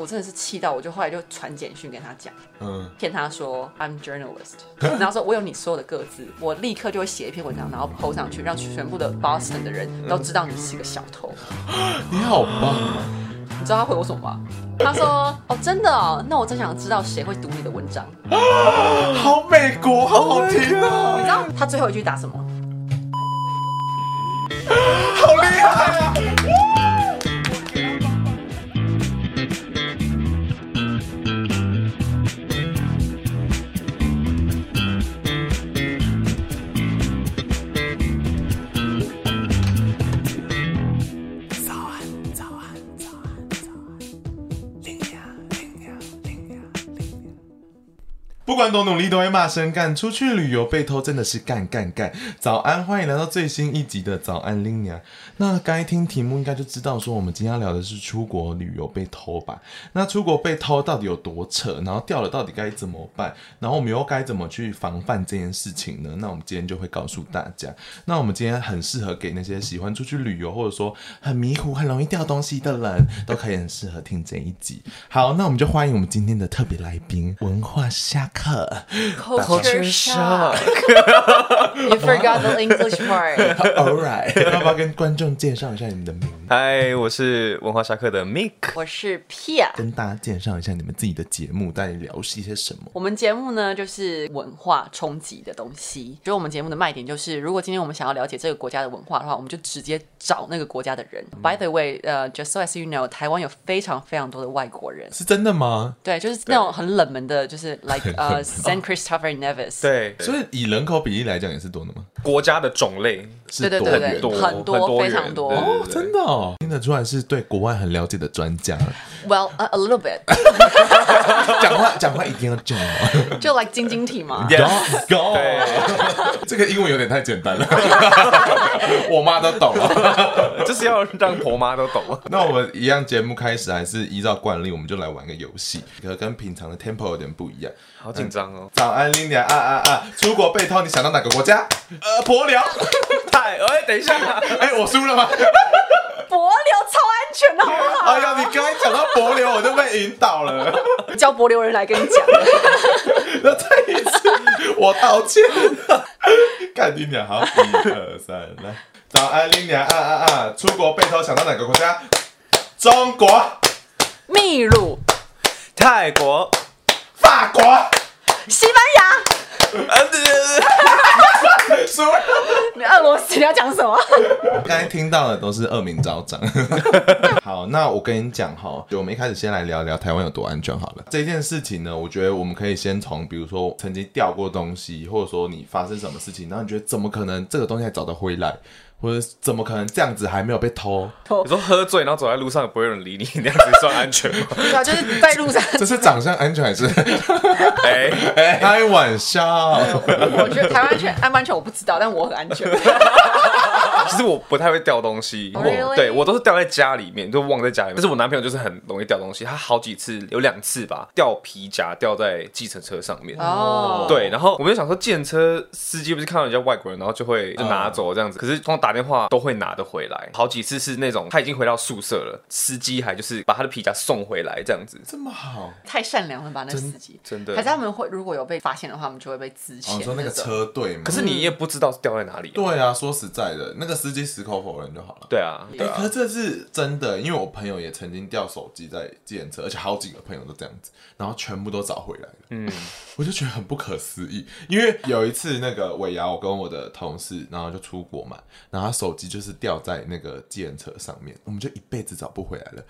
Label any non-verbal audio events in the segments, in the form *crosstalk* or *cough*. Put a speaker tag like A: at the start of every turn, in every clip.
A: 我真的是气到，我就后来就传简讯跟他讲，
B: 嗯，
A: 骗他说 I'm journalist，然后说我有你所有的个资，我立刻就会写一篇文章，然后 PO 上去，让全部的 Boston 的人都知道你是个小偷。
B: 你好棒啊！
A: 你知道他回我什么吗？他说：“哦，真的哦，那我真想知道谁会读你的文章。
B: 好美国，好好听
A: 你
B: 啊，
A: 知道他最后一句打什么？
B: 好厉害啊！不管多努力，都会骂声干。出去旅游被偷真的是干干干。早安，欢迎来到最新一集的早安 l i n 那该听题目应该就知道，说我们今天要聊的是出国旅游被偷吧？那出国被偷到底有多扯？然后掉了到底该怎么办？然后我们又该怎么去防范这件事情呢？那我们今天就会告诉大家。那我们今天很适合给那些喜欢出去旅游或者说很迷糊、很容易掉东西的人，都可以很适合听这一集。好，那我们就欢迎我们今天的特别来宾——文化下课。
A: Culture You forgot the English part.
B: All right，要不要跟观众介绍一下你们的名字？
C: 嗨，我是文化侠客的 Mick。
A: 我是 Pia。
B: 跟大家介绍一下你们自己的节目，在聊是一些什么？
A: 我们节目呢，就是文化冲击的东西。觉得我们节目的卖点就是，如果今天我们想要了解这个国家的文化的话，我们就直接找那个国家的人。By the way，呃、j u s t so as you know，台湾有非常非常多的外国人，
B: 是真的吗？
A: 对，就是那种很冷门的，就是 like
B: 冷门
A: 呃、San Christopher Nevis，，
C: 对，
B: 所
C: 所
B: 以以人口比例来讲也是多的吗？
C: 以国家的种类
B: 是
A: 对对
B: 多
A: 对
B: 元
A: 对对，
B: 的
C: 多
A: 很
C: 很多
A: 非
C: 元
A: 常多。
C: 对对对
B: 哦，真的哦，听得出来是对国外很了解的专家。
A: Well, a, a little bit，
B: 讲话讲话一定要这样哦。
A: 就 like 晶晶体嘛。
B: Go go，这个英文有点太简单了，我妈都懂。
C: *laughs* 就是要让婆妈都懂。
B: 那我们一样节目开始还是依照惯例，我们就来玩个游戏，可跟平常的 tempo 有点不一样。
C: 好紧张哦！
B: 早安 l i 啊啊啊！出国被偷，你想到哪个国家？呃，柏辽。
C: 太哎，等一下，
B: 哎、我输了吗？
A: 柏流超安全的，好不好？
B: 哎呀，你刚才讲到柏流，我就被引导了。
A: 叫柏流人来跟你讲。
B: 那再一次，我道歉。看你俩，好，一二三，来。早安 l i 啊啊啊！出国被偷，想到哪个国家？中国、
A: 秘鲁、
C: 泰国，
B: 法国，
A: 西班
C: 呃，
B: 输了。
A: 牙、你俄罗斯，你要讲什么？
B: 刚才听到的都是恶名昭 *laughs* 彰。好，那我跟你讲哈，就我们一开始先来聊聊台湾有多安全好了。这件事情呢，我觉得我们可以先从比如说曾经掉过东西，或者说你发生什么事情，然后你觉得怎么可能这个东西还找得回来，或者怎么可能这样子还没有被偷？
C: 你说喝醉然后走在路上也不会有人理你，那样子算安 *laughs* 全吗？
A: 对啊，就是在路上，
B: 这是长相安全还是
C: 哎，
B: 开玩
A: *laughs*
B: 笑？
A: 我觉得台湾安全安不安全我不知道，但我很安
C: *laughs*
A: 全。
C: 其实我不太会掉东西
A: Really？
C: 对我都是掉在家里面，就忘在家里面。但是我男朋友就是很容易掉东西，他好几次有两次吧，掉皮夹掉在计程车上面。
A: 哦，
C: 对，然后我们就想说，电车司机不是看到人家外国人，然后就会就拿走这样子。可是通常打电话都会拿得回来，好几次是那种他已经回到宿舍了，司机还就是把他的皮夹送回来这样子。
B: 这么好？
A: 太善良了吧，那司机
C: 真的
A: 还是他们会如果有被发现的话，他们就会被支
B: 哦，
A: 遣。
B: 你说那个，车队吗？嗯
C: 可是你也不知道是掉在哪里、啊。
B: 对啊，说实在的，那个司机矢口否认就好了。
C: 对啊，对
B: 欸、可
C: 啊
B: 是，这是真的，因为我朋友也曾经掉手机在自行车，而且好几个朋友都这样子，然后全部都找回来了。嗯，我就觉得很不可思议，因为有一次那个尾牙，我跟我的同事，然后就出国嘛，然后他手机就是掉在那个自行车上面，我们就一辈子找不回来了，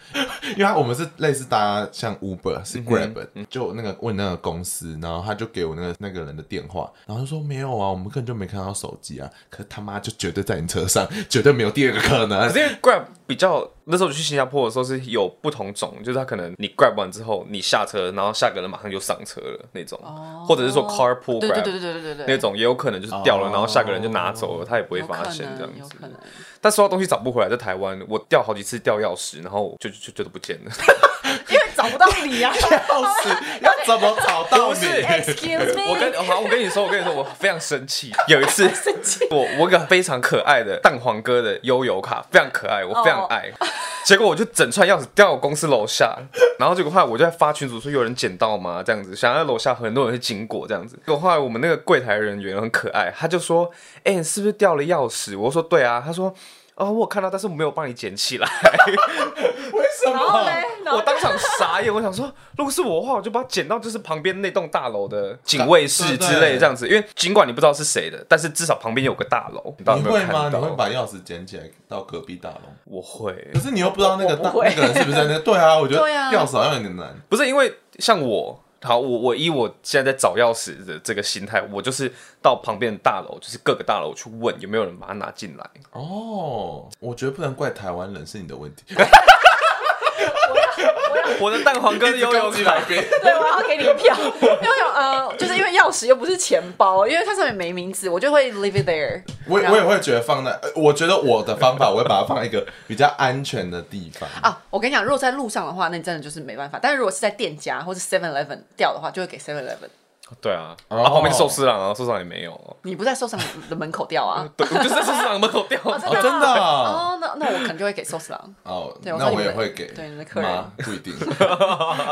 B: 因为他我们是类似搭像 Uber
C: 嗯
B: 是 Grab，、就那个问那个公司，然后他就给我那个那个人的电话，然后他说没有啊，我们根本就没看到手机啊，可是他妈就绝对在你车上，绝对没有第二个可能
C: 可。是因为 Grab 比较那时候我去新加坡的时候是有不同种，就是他可能你 Grab 完之后你下车，然后下个人马上就上车了那种，或者是说 Carpool
A: 哦对
C: Grab
A: 对对对对对对，
C: 那种也有可能就是掉了，
B: 哦
C: 然后下个人就拿走了，他也不会发现这样
A: 有
C: 子
A: 可。能，有可能
C: 但说到东西找不回来，在台湾我掉好几次掉钥匙，然后就就就就都不见了。
A: 因为找不到理题
C: *laughs*
A: 啊！
B: 要死，
A: *laughs*
B: 要怎么找到
C: 不
B: 你？
C: 是
A: 哎 Excuse
C: 我
A: me，
C: 跟好，我跟你说，我跟你说，我非常生气。有一次，我我有个非常可爱的蛋黄哥的悠游卡，非常可爱，我非常爱。结果我就整串钥匙掉我公司楼下， *laughs* 然后结果后来我就在发群组说有人捡到吗？这样子，想要楼下很多人会经过这样子。结果后来我们那个柜台人员很可爱，他就说：“哎、你是不是掉了钥匙？”我说：“对啊。”他说：“哦，我有看到，但是我没有帮你捡起来。”
B: 为什
A: 然后
B: 么？
A: 嘞，然
C: 我
A: 后
C: 当场傻眼，我想说，如果是我的话，我就把它捡到就是旁边那栋大楼的警卫室之类的这样子，因为尽管你不知道是谁的，但是至少旁边有个大楼，你到底
B: 你
C: 有没
B: 会
C: 有
B: 吗？
C: 看
B: 你会
C: 到？
B: 把钥匙捡起来到隔壁大楼？
C: 我会
B: 可，是你又不知道那个
A: 我
B: 大
A: 不会
B: 那个人是不是在那？对啊，我觉得
A: 对啊
B: 钥匙好像有点难。
C: 不是因为像我。好，我我以我现在在找钥匙的这个心态，我就是到旁边的大楼，就是各个大楼去问有没有人把它拿进来。
B: 哦，我觉得不能怪台湾人是你的问
A: *laughs*
B: 题。
C: 我的蛋黄哥悠悠
B: 机
C: 卡，
B: 宾，
A: 对，我要给你票，因为呃，就是因为钥匙又不是钱包，因为它上面没名字，我就会 leave it there。
B: 我我也会觉得放在，呃我觉得我的方法，我会把它放在一个比较安全的地方。
A: 啊，我跟你讲，如果在路上的话，那你真的就是没办法；但是如果是在店家或是 Seven Eleven 掉的话，就会给 Seven Eleven。
C: 对啊，
B: 哦
C: 然后后面寿司郎啊，寿司郎也没有，
A: 你不在寿司郎的门口掉啊？
C: 对，我就是在寿司郎门口 *laughs* 掉。
A: 真啊
B: 哦，真的哦，
A: 哦，那那我可能就会给寿司郎。
B: 哦
A: 对我
B: 那
A: 说你
B: 我也
A: 们
B: 会给
A: 对你的客人
B: 吗不一
A: *laughs*
B: 定，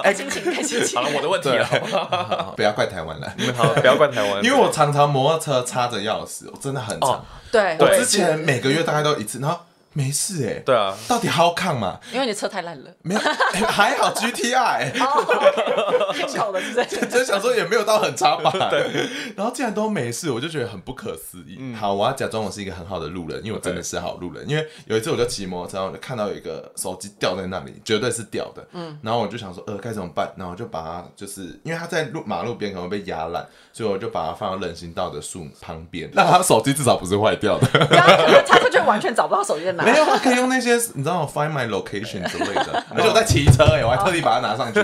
A: 开心情，开心情
C: 好。了，我的问题
B: 对
C: 了
B: 啊，，好不要怪台湾
C: *laughs*
B: 人，
C: 好，不要怪台湾，
B: 因为我常常摩托车插着钥匙，我真的很
C: 哦
B: 常。
A: 对，
B: 我
C: 对
B: 之前每个月大概都一次，然后没事哎、
C: 对啊，
B: 到底 how come 嘛？
A: 因为你的车太烂了。
B: 没有， *laughs* 哎还好 GTI，
A: *laughs* 哦，进口的是不是？
B: 真想说也没有到很差吧。
C: *laughs*
B: 然后竟然都没事，我就觉得很不可思议。
C: 嗯
B: 好，我要假装我是一个很好的路人，因为我真的是好路人。因为有一次我就骑摩托车，我就看到有一个手机掉在那里，绝对是掉的。嗯，然后我就想说，呃，该怎么办？然后我就把它，就是因为它在路马路边可能会被压烂，所以我就把它放到人行道的树旁边，让它手机至少不是坏掉的。
A: 然后可能他就就完全找不到手机 *laughs* 在哪。
B: 没有，他可以用那些你知道 find my location 之类的，而且我在骑车哎、我还特地把它拿上去。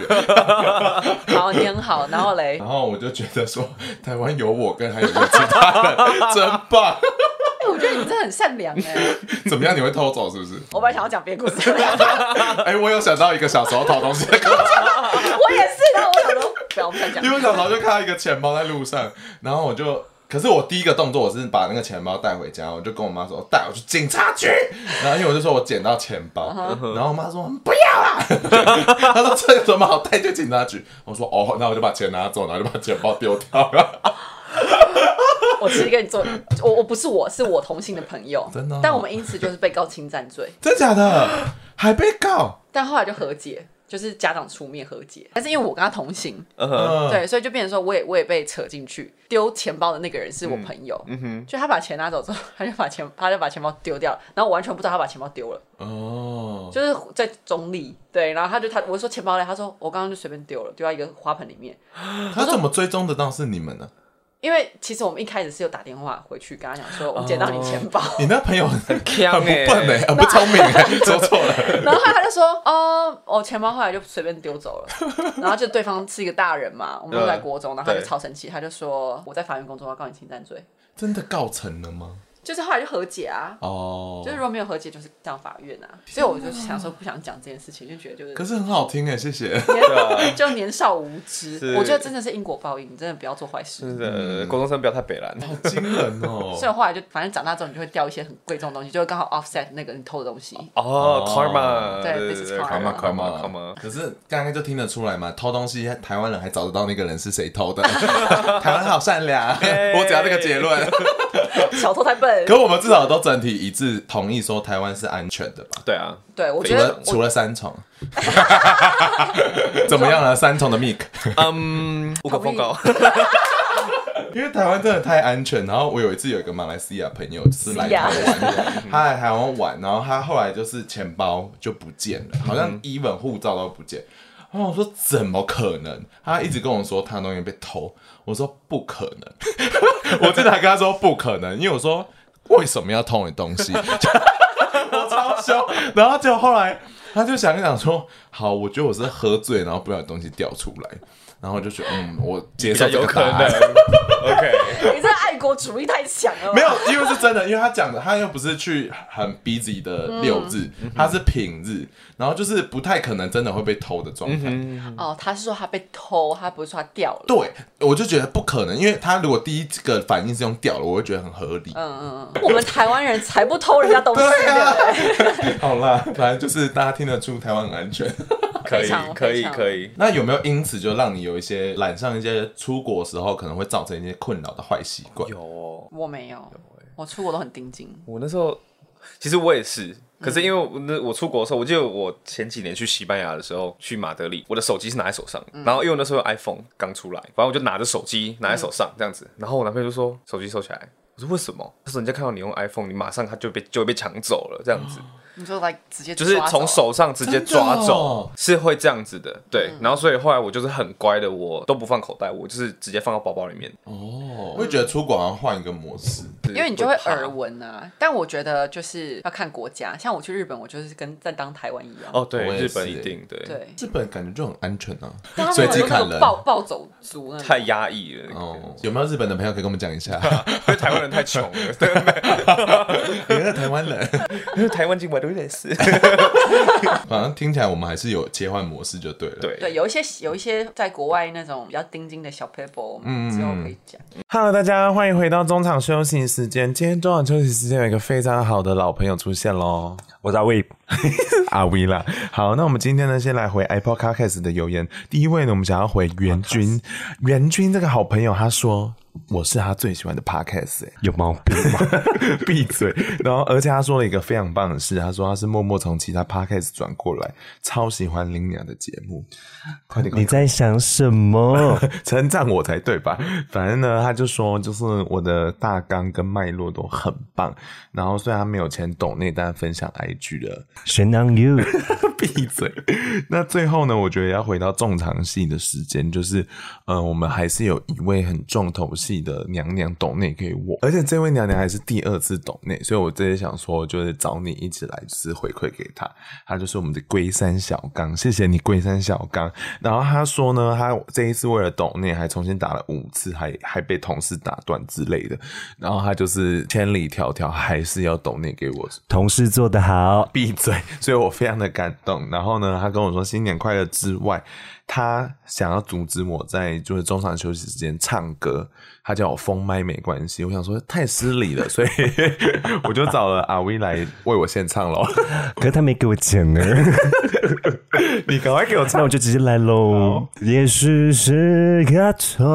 A: 好，你很好。然后嘞
B: 然，后我就觉得说，台湾有我跟还有没有其他人，真棒！ *laughs*
A: 哎，我觉得你真的很善良哎。
B: 怎么样？你会偷走是不是？
A: *laughs* 我本来想要讲别的故 *laughs* 事，
B: 哎、我有想到一个小时候偷东西的故事，
A: 我也是。然后我想说，不要，我不想 *laughs* 讲
B: 因。为我小时候就看到一个钱包在路上，然后我就。可是我第一个动作，我是把那个钱包带回家，我就跟我妈说带我去警察局，然后因为我就说我捡到钱包，然后我妈说嗯不要啦， *laughs* 她说这有什么好带去警察局？我说哦，那我就把钱拿走，然后就把钱包丢掉了。
A: 我其实跟你做，我我不是我，是我同性的朋友，
B: 真的哦
A: 但我们因此就是被告侵占罪，
B: 真假的？还被告？
A: 但后来就和解，就是家长出面和解。但是因为我跟他同行，
C: 嗯哼，
A: 对，所以就变成说，我也我也被扯进去。丢钱包的那个人是我
C: 嗯
A: 朋友，就他把钱拿走之后，他就把钱他就把钱包丢掉，然后我完全不知道他把钱包丢了，
B: 哦，
A: 就是在中立。对，然后他就他我说钱包嘞，他说我刚刚就随便丢了，丢到一个花盆里面。
B: 他怎么追踪得到是你们呢？
A: 因为其实我们一开始是有打电话回去跟他讲说，我们捡到你钱包，
C: 哦
B: 你那朋友很很
C: 强
B: 不
C: 欸
B: 笨哎，很不聪明哎，说错了。
A: *laughs* 然后后来他就说，哦，我钱包后来就随便丢走了。然后就对方是一个大人嘛，我们都在国中，然后他就
C: 对
A: 超生气，他就说我在法院工作，要告你侵占罪。
B: 真的告成了吗？
A: 就是后来就和解啊，
B: 哦
A: 就，是如果没有和解，就是上法院啊。所以我就想说不想讲这件事情，就觉得就是
B: 可是很好听哎，谢谢。
A: 年 *laughs* 就年少无知，
C: 是
A: 我觉得真的是因果报应，你真的不要做坏事。
C: 真的，高中生不要太北蓝。
B: 好惊人哦
A: 所以！我后来就反正长大之后，你就会掉一些很贵重的东西，就会刚好 offset 那个你偷的东西。
C: 哦
B: 哦
C: ，karma，
A: 对
C: 对
A: this is
C: 对
A: karma
C: karma karma，
B: 可是刚刚就听得出来嘛，偷东西台湾人还找得到那个人是谁
A: *laughs*
B: 偷的。台湾好善良，
C: Hey
B: 我只要这个结论。
A: 小偷太笨。
B: 可我们至少都整体一致同意说台湾是安全的吧？
C: 对啊，
A: 对，我觉
B: 除
A: 得
B: 了除了
A: *laughs*
B: 三重，怎么样了？啊三重的 Mick。
C: 嗯，无可奉告，
B: *laughs* 因为台湾真的太安全，然后我有一次有一个马来西亚朋友就是来台湾，他来台湾玩，然后他后来就是钱包就不见了，好像 even 护照都不见。然后我说怎么可能？他一直跟我说他的东西被偷，我说不可能， *laughs* 我真的还跟他说不可能，因为我 *laughs* 说为什么要偷你东西？我超凶。然后就后来他就想想说，好，我觉得我是喝醉，然后不小心东西掉出来，然后我就觉得嗯，我接
C: 比较
B: 受这个
C: 有可
B: 答
C: 能
B: 案。。
C: *laughs* OK，
A: 你这爱国主义太强了吧。
B: *laughs* 没有，因为是真的，因为他讲的，他又不是去很 busy 的六日，
A: 嗯
B: 他是平日，然后就是不太可能真的会被偷的状态。
A: 哦，他是说他被偷，他不是说他掉了。
B: 对，我就觉得不可能，因为他如果第一个反应是用掉了，我会觉得很合理。
A: 嗯嗯嗯，我们台湾人才不偷人家东西
B: 对
A: 的。 *laughs*
B: 啊，好啦，反正就是大家听得出台湾很安全。
C: 可
A: 非
C: 以
A: 常，
C: 可
A: 非
C: 以，
A: 常
C: 可以。
B: 那有没有因此就让你有一些染上一些出国时候可能会造成一些困扰的坏习惯？
C: 有哦，
A: 我没有，我出国都很盯紧。
C: 我那时候其实我也是，可是因为我那我出国的时候，我记得我前几年去西班牙的时候，去马德里，我的手机是拿在手上，
A: 嗯
C: 然后因为我那时候有 iPhone 刚出来，反正我就拿着手机拿在手
A: 嗯
C: 上这样子，然后我男朋友就说手机收起来。我说为什么？他说人家看到你用 iPhone，你马上他就被就会被抢走了，这样子，
A: 你说来直接
C: 就是
A: 抓走嗯
C: 从手上直接抓
B: 真的
C: 走
B: 哦，
C: 是会这样子的，对。然后所以后来我就是很乖的，我都不放口袋，我就是直接放到包包里面，
B: 哦，我会觉得出国好像换一个模式。
A: 因为你就会
C: 怕
A: 耳闻啊。但我觉得就是要看国家，像我去日本，我就是跟在当台湾一样。
C: 哦，对
B: 我，也
C: 日本
B: 是
C: 一定对，
A: 对，
B: 日本感觉就很安全啊
A: 但，他
B: 随
A: 们
B: 机
A: 有那
B: 看
A: 种
B: 人。
A: 暴暴走族那
C: 太
A: 种。
C: 压抑了，
B: 哦，有没有日本的朋友可以跟我们讲一下？
C: 因为台湾人太穷了，
B: *laughs*
C: 对
B: 你是台湾人， *laughs*
C: 因为台湾尽管都有点事。
B: 反正听起来我们还是有切换模式就对了。，
C: 对
A: 对，有一些有一些在国外那种比较钉钉的小 people，嗯，之后可以讲。
B: Hello，大家欢迎回到中场休息时间。今天中场休息时间有一个非常好的老朋友出现喽，
D: 我是阿魏，
B: *laughs* 阿威啦。好，那我们今天呢，先来回 Apple Podcast 的留言。第一位呢，我们想要回袁军，袁军这个好朋友，他说我是他最喜欢的 Podcast，、欸、
D: 有毛病吗？
B: *laughs* 闭嘴。然后，而且他说了一个非常棒的事，他说他是默默从其他 Podcast 转过来，超喜欢林鸟的节目。快点，快点
D: *laughs* 你在想什 *laughs* 么？
B: *laughs* 称赞我才对吧？反正呢，他就说，就是我的大纲跟脉络都很棒。然后虽然他没有钱懂内，但分享 IG 了，
D: 谁让 you？
B: *laughs* 闭嘴。那最后呢，我觉得要回到重场戏的时间，就是，呃，我们还是有一位很重头戏的娘娘懂内给我，而且这位娘娘还是第二次懂内，所以我这也想说，就是找你一起来，就是回馈给她。她就是我们的龟山小刚，谢谢你龟山小刚。然后他说呢，他这一次为了抖内还重新打了五次，还还被同事打断之类的。然后他就是千里迢迢还是要抖内给我，
D: 同事做得好，
B: 闭嘴！所以我非常的感动。然后呢，他跟我说新年快乐之外，他想要阻止我在就是中场休息时间唱歌，他叫我封麦没关系。我想说太失礼了，所以我就找了阿威来为我献唱喽。
D: 可他没给我 *laughs* 钱呢。
B: *laughs* 你赶快给我唱
D: 那我就直接来喽。也许是个错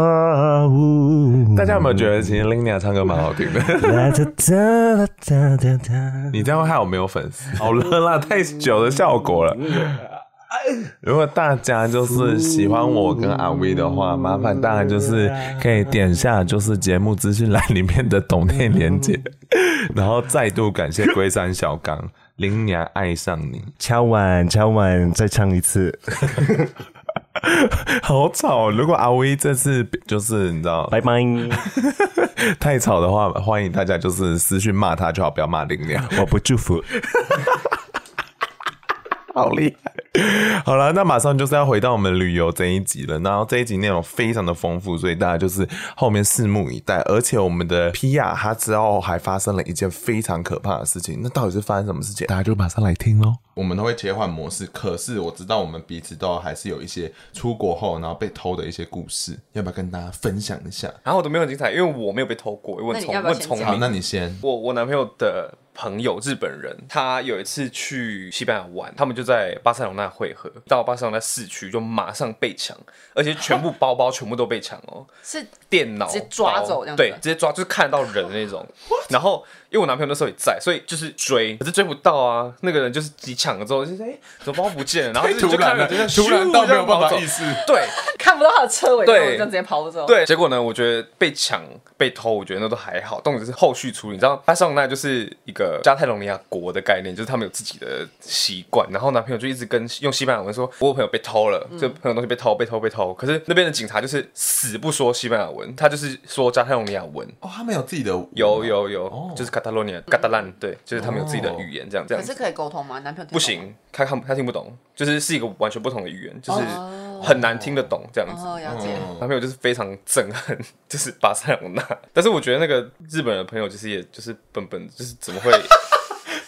D: 误。
B: 大家有没有觉得其实 Lina 唱歌蛮好听的？
D: 哒哒哒哒哒哒。
B: 你这样会害我没有粉丝。好了啦，太久的效果了。如果大家就是喜欢我跟阿威的话，麻烦大家就是可以点下就是节目资讯栏里面的抖内连接，然后再度感谢龟山小刚，林娘爱上你，
D: 敲碗敲碗，再唱一 *laughs* 次。
B: 好吵！哦如果阿威这次就是你知道
D: *laughs* 拜拜，
B: *laughs* 太吵的话，欢迎大家就是私讯骂他就好，不要骂林娘。
D: 我不祝福。
B: 好厉 *laughs* 害！好了，那马上就是要回到我们旅游这一集了。然后这一集内容非常的丰富，所以大家就是后面拭目以待。而且我们 *laughs* 的皮亚他之后还发生了一件非常可怕的事情，那到底是发生什么事情？大家就马上来听喽。我们都会切换模式，可是我知道我们彼此都还是有一些出国后然后被偷的一些故事，要不要跟大家分享一下？
C: 然后我都没有很精彩，因为我没有被偷过，因为我
A: 那
C: 很
A: 你
C: 聪
A: 要不要
C: 我很聪
A: 先
B: 好，
C: 明。
B: 那你先。
C: 我我男朋友的朋友日本人，他有一次去西班牙玩，他们就在巴塞隆纳汇合，到巴塞隆纳市区就马上被抢，而且全部包包全部都被抢哦，
A: 是
C: 电脑
A: 直接抓走
C: 包
A: 这样子
C: 对，直接抓就是看得到人的那
A: *laughs*
C: 种。然后因为我男朋友那时候也在，所以就是追，可是追不到啊。那个人就是你抢了之后，就是哎、怎么包不见了？然后就是你就看到人家咻这样跑走
B: 识。
C: 对，
A: 看不到他的车尾，
C: 对
A: 然后这样直接跑走。，
C: 对，结果呢，我觉得被抢、被偷，我觉得那都还好，重点是后续处理。你知道，巴塞隆那就是一个加泰隆尼亚国的概念，就是他们有自己的习惯。然后男朋友就一直跟用西班牙文说：“我有朋友被偷了，
A: 嗯
C: 这朋友东西被偷，被偷，被偷。”可是那边的警察就是死不说西班牙文，他就是说加泰隆尼亚文。
B: 哦，他们有自己的
C: 有有有，
B: 哦
C: 就是 Catalonia c a t a l a n 对，就是他们有自己的语言，这样这
A: 可
C: 样
A: 是
C: 子。
A: 可以沟通吗？男朋友听得懂吗
C: 不，行，他看他听不懂，就是是一个完全不同的语言，就是很难听得懂这样子。
A: 哦，了解。
C: 男朋友就是非常憎恨， *laughs* 就是巴塞隆纳。但是我觉得那个日本的朋友，其实也就是笨笨，就是
A: *laughs*
C: 怎么会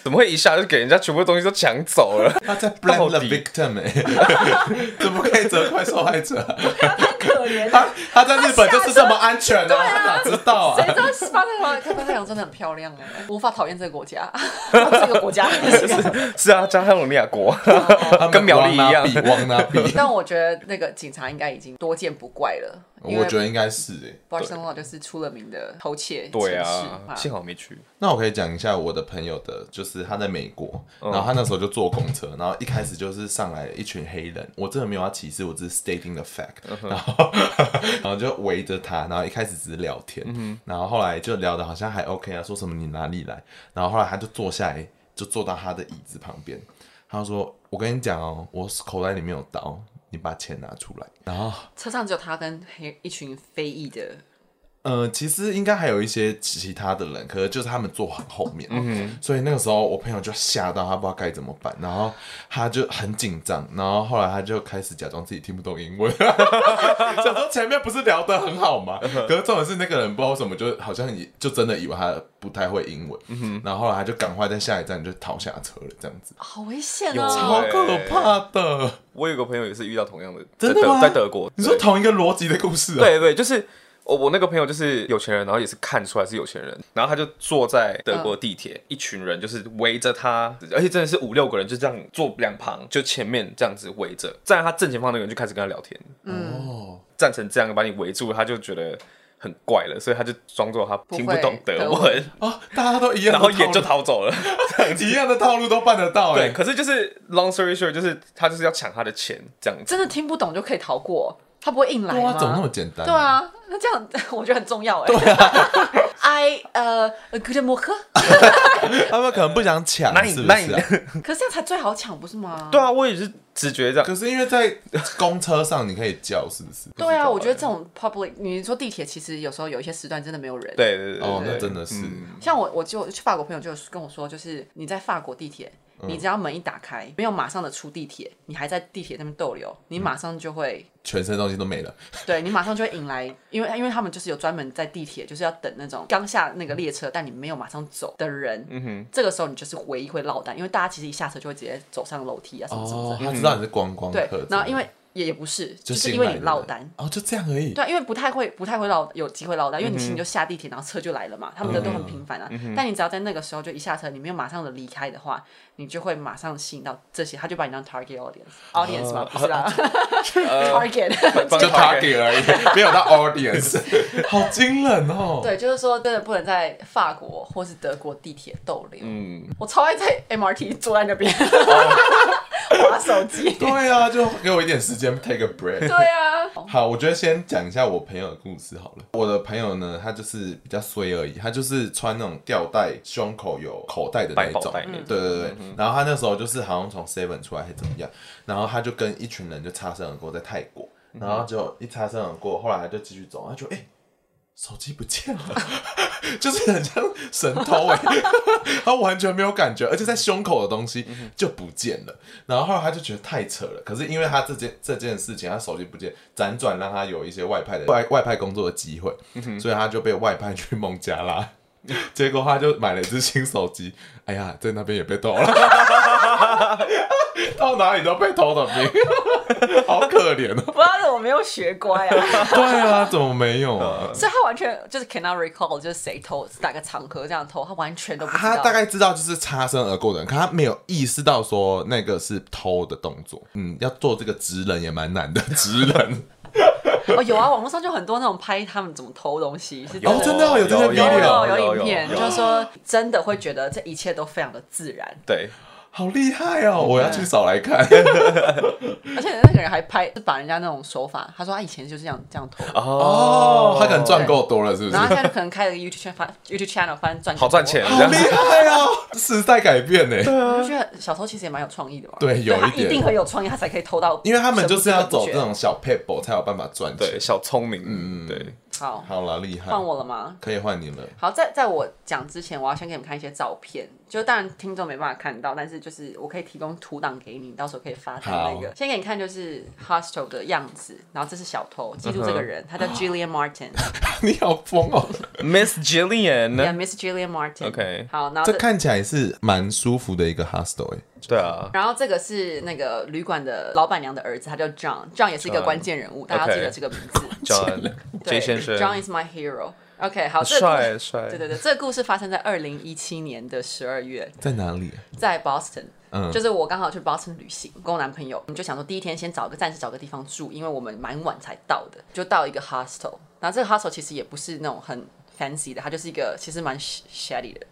C: 怎么会一下就给人家全部东西都抢走了？ *laughs*
B: 他在 blame the
C: 到底
B: victim 哎、 *laughs* 怎么可以责怪受害者？
A: *laughs* 可怜，
B: 他他在日本就是这么安全啊，他哪知道
A: 谁
B: 啊？
A: 知道巴塞罗那？看巴塞罗那真的很漂亮哎，无法讨厌这个国家， *laughs* 这个国家。
C: *laughs* 是啊，加泰罗尼亚国
B: 他们
C: 跟苗栗一样
B: 往哪比往哪比？
A: 但我觉得那个警察应该已经多见不怪了，因为
B: 我觉得应该是哎、
A: 巴塞罗那就是出了名的偷窃城市
C: 对啊，幸好没去。
B: 那我可以讲一下我的朋友的，就是他在美国，然后他那时候就坐公车，然后一开始就是上来一群黑人，我真的没有要歧视，我只是 stating the fact，然后 *laughs* 然后就围着他，然后一开始只是聊天，然后后来就聊的好像还 OK 啊，说什么你哪里来，然后后来他就坐下来，就坐到他的椅子旁边，他说我跟你讲哦，我口袋里面有刀，你把钱拿出来，然后
A: 车上只有他跟黑一群非裔的，
B: 呃，其实应该还有一些其他的人，可是就是他们坐很后面，哦
C: 嗯
B: 所以那个时候我朋友就吓到，他不知道该怎么办，然后他就很紧张，然后后来他就开始假装自己听不懂英文， *laughs* 想说前面不是聊得很好吗？
C: 嗯
B: 可是重点是那个人不知道为什么，就好像也就真的以为他不太会英文，
C: 嗯
B: 然后后来他就赶快在下一站就逃下车了，这样子，
A: 好危险
B: 啊
C: 有
A: 哦！
B: 好可怕的！
C: 我有个朋友也是遇到同样的，
B: 真
C: 在
B: 的吗
C: 德在德国，
B: 你说同一个逻辑的故事啊？
C: *laughs* 对对，就是我我那个朋友就是有钱人，然后也是看出来是有钱人，然后他就坐在德国地铁，一群人就是围着他，而且真的是五六个人就这样坐两旁，就前面这样子围着，站在他正前方那个人就开始跟他聊天，
B: 哦，
C: 站成这样把你围住，他就觉得。很怪了，所以他就装作他听不懂
A: 不会
C: 德
A: 德
C: 文
A: 文，
B: 哦，大家都一样的
C: 然后
B: 套路，
C: 也就逃走了。
B: 一样的套路都办得到哎、
C: 对，可是就是 long story short，就是他就是要抢他的钱这样子。
A: 真的听不懂就可以逃过，他不会硬来
B: 对啊
A: 吗？，
B: 怎么那么简单、
A: 对，啊，那这样 *laughs* 我觉得很重要哎。对啊 *laughs* ，I 呃 g o o d m o r
B: 他们可能不想抢，
C: 那你
B: 是不
C: 那
B: 是 *laughs*
C: 你
B: 啊、
A: 可是这样才最好抢不是吗？
C: 对啊，我也是直觉这样
B: 可。是因为在公车上你可以叫，是不是？
A: *laughs* 对啊，
C: 不知道欸
A: 我觉得这种 public，你说地铁其实有时候有一些时段真的没有人。，
C: 对对对，嗯
B: 哦，
C: 对
B: 那真的是，
A: 像我我就去法国朋友就跟我说，就是你在法国地铁，
C: 嗯
A: 你只要门一打开，没有马上的出地铁，你还在地铁那边逗留，
C: 嗯
A: 你马上就会
B: 全身东西都没了。
A: 对你马上就会引来，因为因为他们就是有专门在地铁，就是要等那种刚下那个列车，但你没有马上走的人，嗯哼，这个时候你就是唯一会落单，因为大家其实一下车就会直接走上楼梯啊什么什么
B: 哦
A: 的，，
B: 他知道你是观光客，
A: 对，然后因为也也不是，
B: 就
A: 就是
B: 新
A: 因为
B: 来
A: 你
B: 的
A: 落
B: 人
A: 单。
B: 哦，就这样而已。
A: 对啊，因为不太会，不太会落，有机会落单，因为你
B: 嗯
A: 其实你就下地铁，然后车就来了嘛，他们的都很频繁啊。但你只要在那个时候就一下车，你没有马上的离开的话，你就会马上吸引到这些，他就把你当 target audience，audience
B: 呃
A: 嘛，不是啦 *laughs* ，target。
C: 帮
B: 就
C: 他给
B: target *laughs* 而已，没有到 audience，好惊人哦！
A: 对，就是说真的不能在法国或是德国地铁逗留。
C: 嗯，
A: 我超爱在 MRT 坐在那边 *laughs* 划手机。
B: 对啊，就给我一点时间 take a break。
A: 对啊，
B: 好，我觉得先讲一下我朋友的故事好了。我的朋友呢，他就是比较衰而已，他就是穿那种吊带，胸口有口袋的那一
C: 百宝
B: 种
C: 袋那嗯种。
B: 对对对。然后他那时候就是好像从 Seven 出来还是怎么样，然后他就跟一群人就擦身而过在泰国，
C: 嗯
B: 然后就一擦身而过，后来他就继续走，他就哎、手机不见了， *laughs* 就是很像神偷哎、他完全没有感觉，而且在胸口的东西就不见了。然后后来他就觉得太扯了，可是因为他这件这件事情，他手机不见，辗转让他有一些外派的外外派工作的机会，所以他就被外派去孟加拉。结果他就买了一只新手机，哎呀，在那边也被偷了，到哪里都被偷的命， *laughs* 好可怜哦。
A: 不然我没有学乖啊，
B: 对啊，怎么没有 *laughs* 啊？
A: *laughs* 所以他完全就是 cannot recall，就是谁偷，是哪个场合这样偷，他完全都不知
B: 他
A: 道。
B: 大概知道就是擦身而过的人，可他没有意识到说那个是偷的动作。嗯，要做这个职人也蛮难的，职人。
A: 哦，有啊，网络上就很多那种拍他们怎么偷东西，是
B: 哦真的哦有这个
A: 有
B: video
A: 有有影片，
C: 有
A: 就是说真的会觉得这一切都非常的自然，
C: 对，
B: 好厉害哦！我要去找来看。
A: 而且那个人还拍，就把人家那种手法，他说啊他以前就是这样这样偷，
B: 哦，他可能赚够多了，是不是
A: *laughs* 然？后他现在就可能开了个 YouTube channel，发 YouTube channel，反正赚
C: 好赚钱，
A: 更
C: 这
B: 好
C: 样
B: 厉
C: 子。
B: 害哦！时代改变呢，
A: 多。我觉得小偷其实也蛮有创意的嘛。
B: 对有一
A: 他
B: 点
A: 定很有创意，他才可以偷到。
B: 因为他们就是要
A: 神不
B: 走
A: 知
B: 这
A: 鬼不觉
B: 种小 paper 才有办法赚
C: 对，
B: 钱。
C: 小聪明，嗯，对，
A: 好，
B: 好了，厉害，
A: 换我了吗？
B: 可以换你了。 *laughs*
A: 好，在在我讲之前，我要先给你们看一些照片，就当然听众没办法看到，但是就是我可以提供图档给你，到时候可以发到那个。
B: 好
A: 先给你看就是 Hostel 的样子，然后这是小偷，记住这个人，他
B: 嗯
A: 叫 Julian
B: *laughs*
A: Martin，
B: 你好疯哦！
C: Miss
A: yeah,
C: Jillian，
A: Miss Julian Martin。
C: OK
A: 好，然后
B: 这
A: 这
B: 看起来也是蛮舒服的一个 hostel 哎、
C: 对啊，
A: 然后这个是那个旅馆的老板娘的儿子，他叫 John，John 也是一个
C: John
A: 关键人物，大家要记得
C: OK
A: 这个名字。
C: John
A: 对
C: J 先生
A: ，John is my hero。OK，好，这个故
C: 帅帅
A: 对，对对，这个故事发生在二零一七年的十二月，
B: 在哪里、啊？
A: 在 Boston。
B: 嗯
A: 就是我刚好去 Boston 旅行，跟我男朋友，我们就想说第一天先找个暂时找个地方住，因为我们蛮晚才到的，就到一个 hostel。然后这个 hostel 其实也不是那种很 fancy 的，它就是一个其实蛮 sh- shady 的，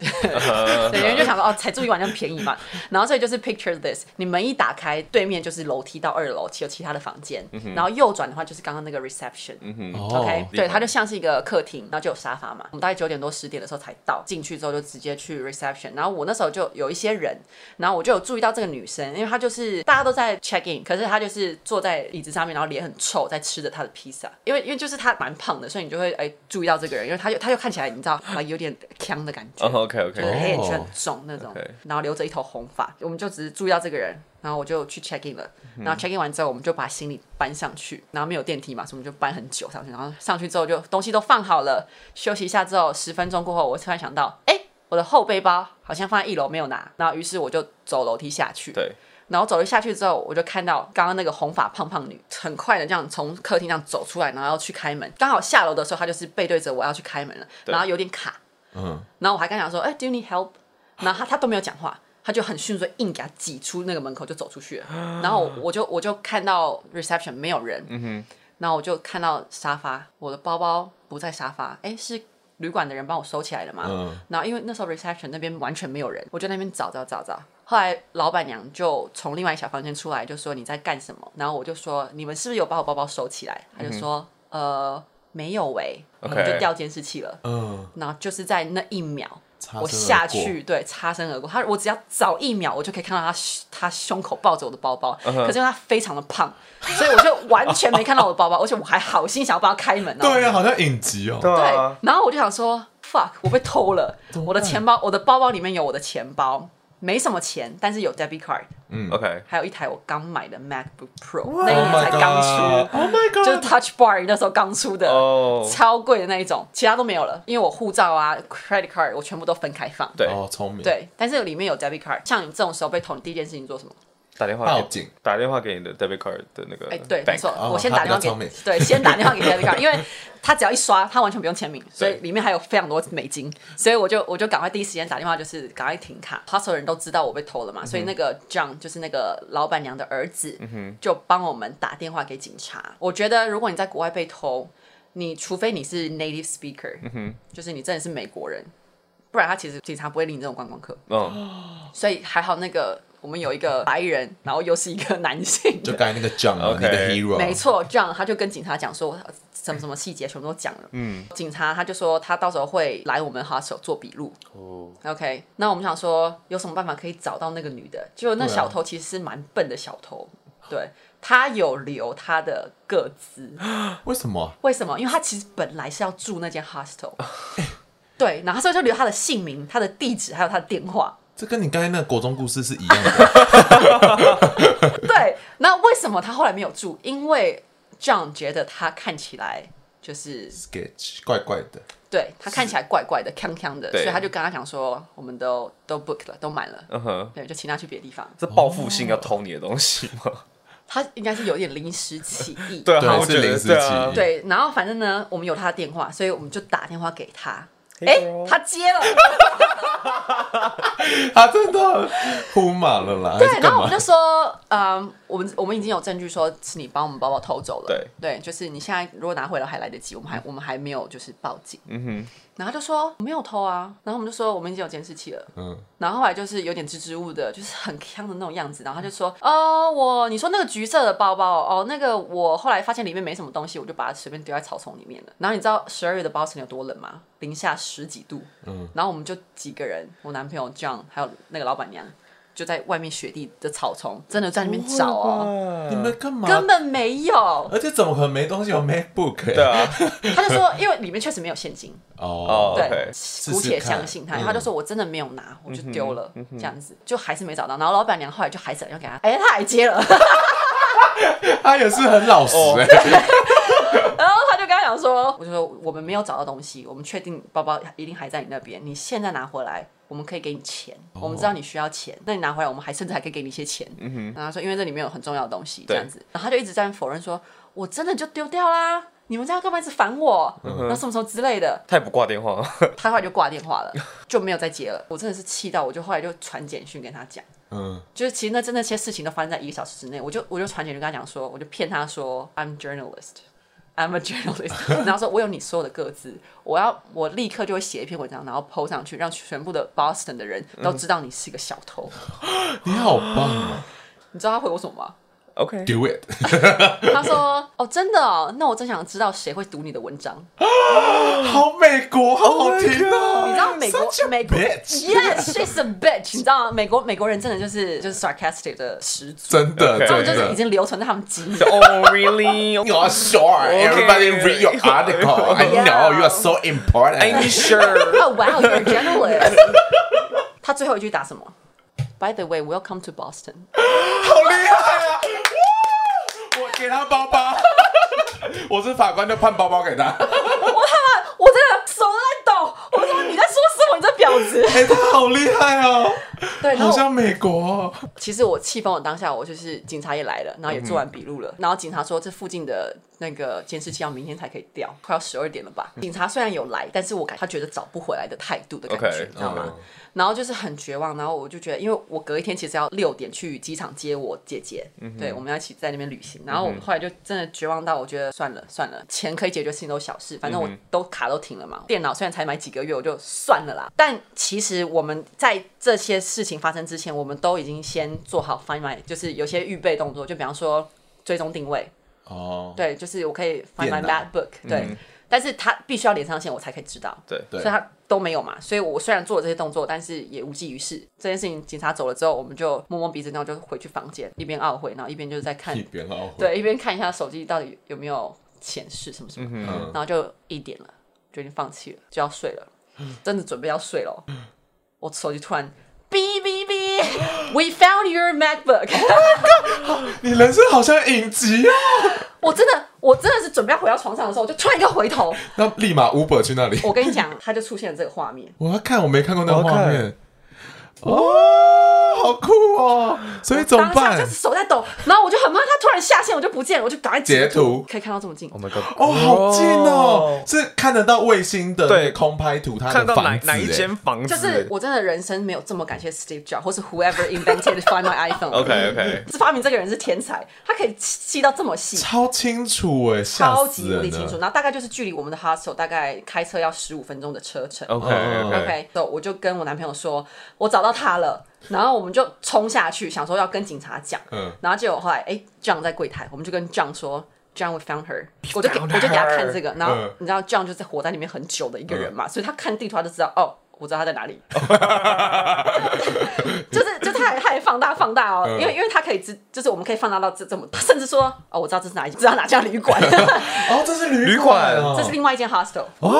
A: 对，人就想说哦，才住一晚就便宜嘛。然后所以就是 picture this，你门一打开，对面就是楼梯到二楼，其有其他的房间，然后右转的话就是刚刚那个 reception，
B: 哦
A: 嗯 OK，
C: 厉
A: 对，
C: 害
A: 它就像是一个客厅，然后就有沙发嘛。我们大概九点多十点的时候才到，进去之后就直接去 reception。然后我那时候就有一些人，然后我就有注意到这个女生，因为她就是大家都在 check in，可是她就是坐在椅子上面，然后脸很臭，在吃着她的披萨。因为因为就是她蛮胖的，所以你就会哎注意到这个人，因为她就她就看起来你知道啊有点呛的感觉。
C: 哦 OK
A: 就是
C: OK，
A: 黑眼圈很重那种
C: OK
A: 然后留着一头红发，我们就只是注意到这个人，然后我就去 check in 了，
C: 嗯
A: 然后 check in 完之后，我们就把行李搬上去，然后没有电梯嘛，所以我们就搬很久上去，然后上去之后就东西都放好了，休息一下之后，十分钟过后，我突然想到，哎、我的后背包好像放在一楼没有拿，然后于是我就走楼梯下去，
C: 对，
A: 然后走了下去之后，我就看到刚刚那个红发胖胖女很快的这样从客厅这样走出来，然后要去开门，刚好下楼的时候，她就是背对着我要去开门了，
C: 对
A: 然后有点卡。
B: 嗯，
A: 然后我还跟他讲说，哎、d o you need help？然后他他都没有讲话，他就很迅速地硬给他挤出那个门口就走出去了。然后我就我就看到 reception 没有人，嗯哼，然后我就看到沙发，我的包包不在沙发，哎、是旅馆的人帮我收起来了嘛？
B: 嗯
A: 然后因为那时候 reception 那边完全没有人，我就在那边找找找找。后来老板娘就从另外一小房间出来，就说你在干什么？然后我就说你们是不是有把我包包收起来？他就说、呃没有喂、我
C: OK
A: 们就掉监视器了。
B: 嗯，
A: 然后就是在那一秒，
B: 擦身而过
A: 我下去，对，擦身而过。他我只要早一秒，我就可以看到他胸他胸口抱着我的包包。
B: 嗯
A: 可是因为他非常的胖，所以我就完全没看到我的包包，而且我还好心想要帮他开门哦。
B: 对啊，好像影集哦。
C: 对
A: 对
C: 啊，，
A: 然后我就想说，fuck，我被偷了，
B: 么
A: 我的
B: 办
A: 钱包，我的包包里面有我的钱包，没什么钱，但是有 debit card，
C: OK，
A: 还有一台我刚买的 MacBook Pro，那一台才刚出。
B: Oh my Oh
A: *laughs*
B: god！
A: 就是 Touch Bar 那时候刚出的
C: 哦
A: 超贵的那一种，其他都没有了，因为我护照啊、credit card 我全部都分开放。
C: 对，
B: 哦，聪明。，
A: 对，但是里面有 debit card，像你这种时候被捅，你第一件事情做什么？
C: 打电话
B: 报
C: 给
B: 警，
C: 打电话给你的 debit card 的那个，
A: 哎、对，没错，
B: 哦
A: 我先打电话
B: 他比较聪
A: 给
B: 明，
A: 对，先打电话给 debit
B: *laughs*
A: card，因为他只要一刷，他完全不用签名，所以里面还有非常多美金，所以我就我就赶快第一时间打电话，就是赶快停卡。p a s s 人都知道我被偷了嘛，
B: 嗯
A: 所以那个 John 就是那个老板娘的儿子，就帮我们打电话给警察。我觉得如果你在国外被偷，你除非你是 native speaker，、就是
B: 嗯
A: 你真的是美国人，不然他其实警察不会理你这种观光客。
C: 嗯，
A: 所以还好那个我们有一个白人，然后又是一个男性，
B: 就刚才那个 John 啊
C: OK
B: 你的 hero，
A: 没。错，这样他就跟警察讲说呃什么什么细节全部都讲了。嗯，警察他就说他到时候会来我们 hostel 做笔录。
C: 哦，
A: OK，那我们想说有什么办法可以找到那个女的？结果那
B: 对啊
A: 小偷其实是蛮笨的小偷，对他有留他的个资，
B: 为什么？
A: 为什么？因为他其实本来是要住那间 hostel，对，然后所以就留他的姓名、他的地址还有他的电话。
B: 这跟你刚才那个国中故事是一样 *laughs* 的。
A: 对，那为什么他后来没有住？因为 John 觉得他看起来就是
B: Sketch 怪怪的，
A: 对他看起来怪怪的、锵锵的，
C: 对
A: 所以他就跟他讲说，我们都都 book 了，都满了，
C: 嗯哼，
A: 对，就请他去别的地方。
C: 是报复性要偷你的东西吗？
A: 他应该是有点临时起 *laughs* 意，
C: 对啊，
B: 对
C: 我
B: 是
C: 觉得
B: 临时
C: 对啊
B: 起意，
A: 对然后反正呢，我们有他的电话，所以我们就打电话给他。
C: Hey
A: 哎、
C: girl
A: 他接了，
B: 他真的呼马了啦，还
A: *laughs* 对，
B: 是
A: 然
B: 干
A: 后我们
B: 嘛
A: 就？说，嗯，我们我们已经有证据说是你把我们包包偷走了，
C: 对
A: 就是你现在如果拿回来还来得及，我们还我们还没有就是报警，
C: 嗯
A: 然后他就说没有偷啊，然后我们就说我们已经有监视器了，
B: 嗯，
A: 然后后来就是有点支支吾吾的，就是很呛的那种样子。然后他就说：“哦，我你说那个橘色的包包，哦，那个我后来发现里面没什么东西，我就把它随便丢在草丛里面了。”然后你知道十二月的 Boston 有多冷吗？零下十几度。嗯。然后我们就几个人，我男朋友 John 还有那个老板娘，就在外面雪地的草丛，真的在那边找啊，
B: 你们干嘛？
A: 根本没有。
B: 而且怎么可能没东西有 MacBook？
C: 对啊，
A: 他就说，因为里面确实没有现金，
B: 哦，
C: 哦 OK
A: 对，
B: 试
A: 姑且
B: 看
A: 相信他。他就说我真的没有拿，我就丢了，这样子就还是没找到。然后老板娘后来就还是打电话给他，哎，他还接了。
B: 他也是很老实
C: 哦
B: 哎、
A: 然后他就跟他讲说，我就说我们没有找到东西，我们确定包包一定还在你那边，你现在拿回来。我们可以给你钱，我们知道你需要钱，那你拿回来，我们还甚至还可以给你一些钱。嗯哼，然后他说因为这里面有很重要的东西，这
C: 对
A: 样子，然后他就一直在否认说，我真的就丢掉啦，你们这样干嘛一直烦我？那、什么时候之类的，
C: 他也不挂电话，
A: 他后来就挂电话了，就没有再接了。我真的是气到，我就后来就传简讯跟他讲，
B: *laughs* 嗯，
A: 就是其实那真的那些事情都发生在一个小时之内，我就我就传简讯跟他讲说，我就骗他说 I'm journalist。I'm a journalist，然后 *laughs* 说我有你所有的个资，我要我立刻就会写一篇文章，然后 PO 上去，让全部的 Boston 的人都知道你是个小偷。
B: 你好棒啊
A: 你知道他回我什么吗？
C: OK，
B: ，Do it！
A: 他说：“哦，真的哦，那我真想知道谁会读你的文章。
B: 好美国，好好听啊！
A: Oh 你知道美国
B: *laughs* Such a
A: 美国
B: bitch
A: Yes, she's a bitch。你知道吗？美国美国人真的就是就是 sarcastic 的始祖，
B: 真的
C: OK
A: 他
B: 真
A: 们就是已
B: 的。
A: 经流传在他们基因里。
C: 哦，Really？
B: You are sure. Everybody read your article.
A: *laughs*
B: I know you are so
C: Are you
B: important.
C: sure？
A: Oh wow, you're a journalist。他最后一句打什么？By the way, welcome to Boston。 *laughs*
B: 好厉害啊！我给他包包， *laughs* 我是法官就判包包给他。 *laughs*
A: 我真的手都在抖，我说你在说什么？你这婊子！
B: 哎，他好厉害哦，
A: *laughs* 对，然
B: 好
A: 后
B: 像美国。
A: 其实我气疯了，当下我就是警察也来了，然后也做完笔录
B: 嗯
A: 了，然后警察说这附近的那个监视器要明天才可以调，快要十二点了吧？警察虽然有来，但是我感他觉得找不回来的态度的感觉
C: OK，
A: 你知道吗
B: 嗯？
A: 然后就是很绝望，然后我就觉得，因为我隔一天其实要六点去机场接我姐姐，
B: 嗯
A: 对，我们要一起在那边旅行。然后我后来就真的绝望到，我觉得算了算了，钱可以解决事情都是小事，反
B: 嗯
A: 正我都卡都停了嘛。电脑虽然才买几个月，我就算了啦。但其实我们在这些事情发生之前，我们都已经先做好 find my，就是有些预备动作，就比方说追踪定位，
B: 哦，
A: 对，就是我可以 find
B: 电
A: my
B: 脑嗯
A: MacBook，对。但是它必须要连上线，我才可以知道。
C: 对
B: 对
A: 所以他都没有嘛。所以我虽然做了这些动作，但是也无济于事。这件事情警察走了之后，我们就摸摸鼻子，然后就回去房间，一边懊悔，然后一边就是在看
B: 一，边懊悔。
A: 对，一边看一下手机到底有没有显示什么什么，然后就一点了，就已经放弃了，就要睡
B: *laughs*
A: 了，真的准备要睡了哦。我手机突然。哔哔哔，We *gasps* found your MacBook *laughs*
B: 你人生好像影集啊！
A: 我真的，我真的是准备要回到床上的时候，我就突然一个回头，
B: 那立马 Uber 去那里。
A: 我跟你讲，它就出现了这个画面。
B: 我要看，我没看过那个
C: 我要看
B: 画面。哦，好酷哦！所以怎么
A: 当下
B: 办
A: 就是？手在抖，然后我就很怕他突然下线，我就不见了，我就赶快
B: 截图
A: 可以看到这么近。
C: ，Oh my God，
B: 哦，好近哦！是看得到卫星的那个
C: 对
B: 空拍图，它
C: 看
B: 的
C: 到哪
B: 房子
C: 哪一
B: 哎
C: 间房子？
A: 就是我真的人生没有这么感谢 Steve Jobs 或是 whoever invented *laughs* find my iPhone。
C: OK OK，
A: 这发明这个人是天才，他可以细到这么细，
B: 超清楚哎，吓
A: 超
B: 死
A: 级无
B: 人
A: 敌清楚。
B: 了。
A: 然后大概就是距离我们的 hostel 大概开车要十五分钟的车程。
C: OK
B: 嗯
C: OK，
A: OK，so 我就跟我男朋友说，我找到他了，然后我们就冲下去，想说要跟警察讲，
B: 嗯
A: 然后结果后来，哎，John 在柜台，我们就跟 John 说，John we found her，我就给我就给他看这个，然后
B: 嗯
A: 你知道 John 就是活在里面很久的一个人嘛，所以他看地图他就知道，哦，我知道他在哪里， *laughs* 就是就是他还他还放大放大哦，因为因为他可以知，就是我们可以放大到这这么，他甚至说，哦，我知道这是哪一知道哪家旅馆，
B: 哦，这是旅
C: 旅馆
B: 哦
A: 这是另外一间 hostel。
B: 哇，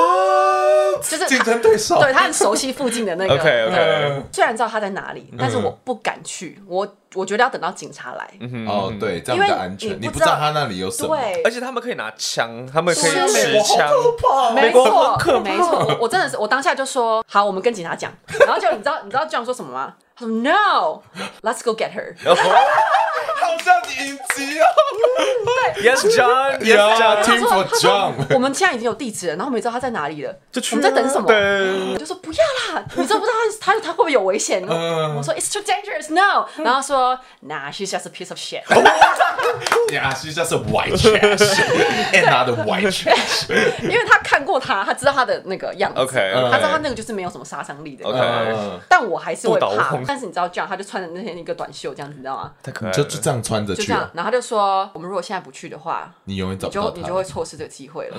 A: 就是他
B: 竞争对手。
A: 对他很熟悉附近的那个。
C: OK，OK
A: 对虽然知道他在哪里，但是我不敢去，我我觉得要等到警察来。
B: 哦，对，这样比较安
A: 因
B: 全。
A: 为
B: 你
A: 你
B: 不
A: 不
B: 知
A: 知道
B: 道他那里有什么。
A: 对
C: 而，且他们可以拿枪，他们可以
A: 是
C: 持枪，
B: 怕
A: 没
C: 美国
A: 错
C: 很可，怕
A: 没错，我我真的是，我当下就说好，我们跟警察讲。然后就你知道你知道 John 说什么吗？他说 No，Let's go get her。
C: 然 *laughs* 后
B: 好像影 *laughs* 集哦。
C: Oh, Yes
B: *laughs*
C: John，Yes
B: 呀
C: John，
B: ，Team for John，
A: 我们现在已经有地址了，然后我们也知道他在哪里了，
C: 就去啊
A: 我们在等什么？
C: 对
A: 我就说不要啦，你知道不知道他他他会不会有危险？
B: 嗯
A: 我说 It's too dangerous, no。然后他说 Nah, she's just a piece of shit。
B: Oh Yeah, she's just a white trash. Another white trash.
A: *laughs* 因为他看过他，他知道他的那个样子
C: OK，
B: 嗯
A: 他知道他那个就是没有什么杀伤力的。
C: OK
B: 嗯
A: 但我还是会
C: 不倒
A: 怕
C: 翁，
A: 但是你知道这样，他就穿着那天一个短袖这样子，你知道吗？
C: 太可
B: 你
C: 爱
B: 就
C: 了，
B: 就这样穿着
A: 就
B: 去
A: 这样
B: 啊，，
A: 然后他就说，我们如果现在不去的话，
B: 你永远找
A: 你
B: 不到
A: 就
B: 他。
A: 你就会错失这个机会了。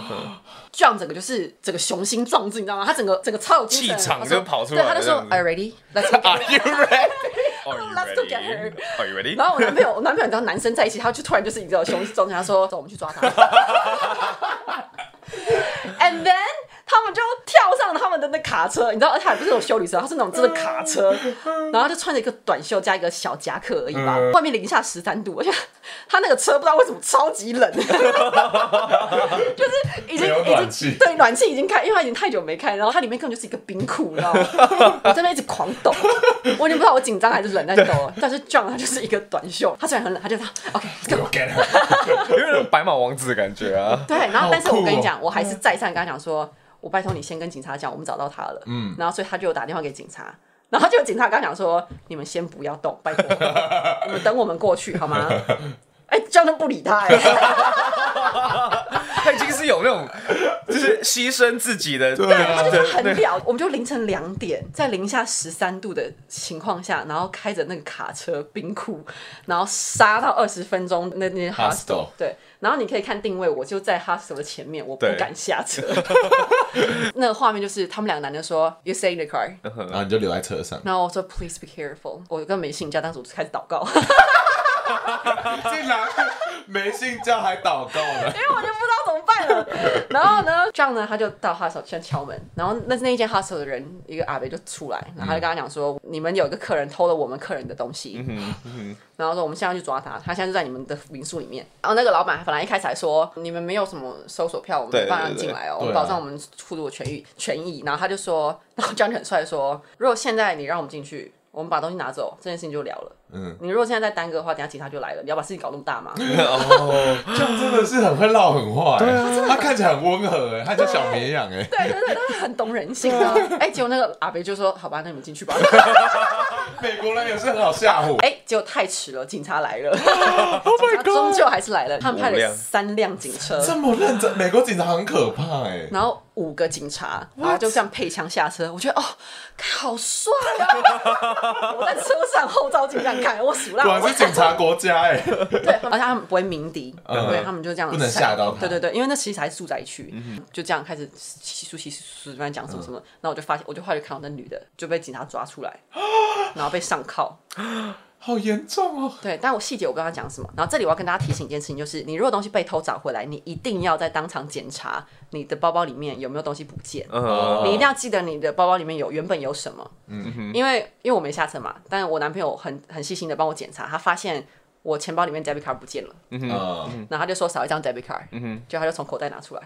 A: 这样整个就是整个雄心壮志，你知道吗？他整个整个超有精神
C: 气场
A: 他说
C: 就跑出来
A: 对，他就
C: 这
A: 说
C: 样子
A: ，Are you ready？Let's go。
C: Are you ready？ Are you
A: *laughs* Let's look at her.
C: ready? Are you ready?
A: 然后我男朋友，我男朋友你知道男生在一起，他就突然就是你知道雄心壮志，他说走，我们去抓他。And then 他们就跳上了他们的那卡车，你知道，而且还不是那种修理车，它是那种真的卡车，然后他就穿着一个短袖加一个小夹克而已吧，外面零下十三度，而且他那个车不知道为什么超级冷，就是已经
B: 没有
A: 已
B: 暖
A: 经 *laughs*
B: 气
A: 对，暖气已经开，因为它已经太久没开，然后它里面根本就是一个冰库，你知道吗？
B: *laughs*
A: 我在那边一直狂抖，我已经不知道我紧张还是冷在抖
B: *laughs*
A: 了。但是 John 他就是一个短袖，他虽然很冷，他就这样 OK let's
B: *laughs*
A: go。
B: get her，
C: 有点那种白马王子的感觉啊。
B: *laughs*
A: 对，然后
B: 好
A: 但是
B: 酷
A: 我跟
B: 哦
A: 你讲，我还是再三跟他讲说，我拜托你先跟警察讲，我们找到他了。嗯，然后所以他就有打电话给警察。然后就有警察跟他讲说：“你们先不要动，
B: *laughs*
A: 拜托，你们等我们过去好吗？”哎、j o h n 都不理他、哎，
C: 他已经是有那种就是牺牲自己的，
B: 对啊
A: *laughs* 他就
C: 对
A: 是很聊，我们就凌晨两点，在零下十三度的情况下，然后开着那个卡车冰库，然后杀到二十分钟那那
B: Hostel
A: hostel，对，然后你可以看定位，我就在 hostel 的前面，我不
C: 对
A: 敢下车。 *laughs* 那个画面就是他们两个男的说，You stay in the car，
C: 嗯
B: 然后你就留在车上，
A: 然后我说 Please be careful，我根本没信教，但是我就开始祷告，
B: 竟然没信教还祷告 *laughs* 了，
A: 因为我就不知道怎么办了。然后呢，这样呢，他就到 hostel 先敲门，然后那那一间 hostel 的人一个阿伯就出来，然后他
B: 嗯
A: 就跟他讲说，你们有一个客人偷了我们客人的东西，
B: 嗯
A: 然后说我们现在要去抓他，他现在就在你们的民宿里面。然后那个老板本来一开始还说，你们没有什么搜索票，我们
C: 对
A: 没办法
C: 对对
A: 进来哦，
B: 对
A: 我们
B: 对啊
A: 保障我们出入的权益权益。然后他就说，然后 John 很帅地说，如果现在你让我们进去。我们把东西拿走，这件事情就了了。嗯，你如果现在在耽搁的话，等一下警察就来了。你要把事情搞那么大吗？
B: 哦这样真的是很会唠狠话，对啊，他看起来很温和，哎，他叫小绵羊，哎，
A: 对对对，都是很懂人性啊。 *laughs* 哎、结果那个阿北就说：“好吧，那你们进去
B: *laughs*
A: 吧。
B: *laughs* 美国人也是很好吓唬”，
A: 哎、结果太迟了，警察
B: *laughs*
A: 来了。警察终究还是来了，他们派
C: 五
A: 了
C: 辆
A: 三辆警车，
B: Oh *laughs* 这么认真，美国警察很可怕，哎，
A: 然后五个警察，然后就这样配枪下车。我觉得哦，看好帅啊！ *laughs* 我在车上后照镜这样看，我数
B: 果
A: 到
B: 然是警察国家，哎，
A: 对，而且他们不会鸣笛，
B: 嗯
A: 对他们就这样
B: 不能
A: 闪
B: 吓到他嗯
A: 对对对，因为那其实还是住宅区，就这样开始洗漱洗漱洗漱，乱讲什么什么。然后我就发现，我就后来就看到那女的就被警察抓出来，
B: 啊
A: *gasps* 然后被上铐。
B: *laughs* 好严重哦，
A: 对，但我细节我不知道他讲什么。然后这里我要跟大家提醒一件事情，就是你如果东西被偷找回来，你一定要在当场检查你的包包里面有没有东西不见。
C: 嗯，
A: 你一定要
B: 啊
A: 记得你的包包里面有原本有什么，嗯，因为因为我没下车嘛，但我男朋友很很细心的帮我检查，他发现我钱包里面 debit card 不见了，
B: 嗯，
A: 然后他就说少一张 debit card，嗯就他就从口袋拿出来，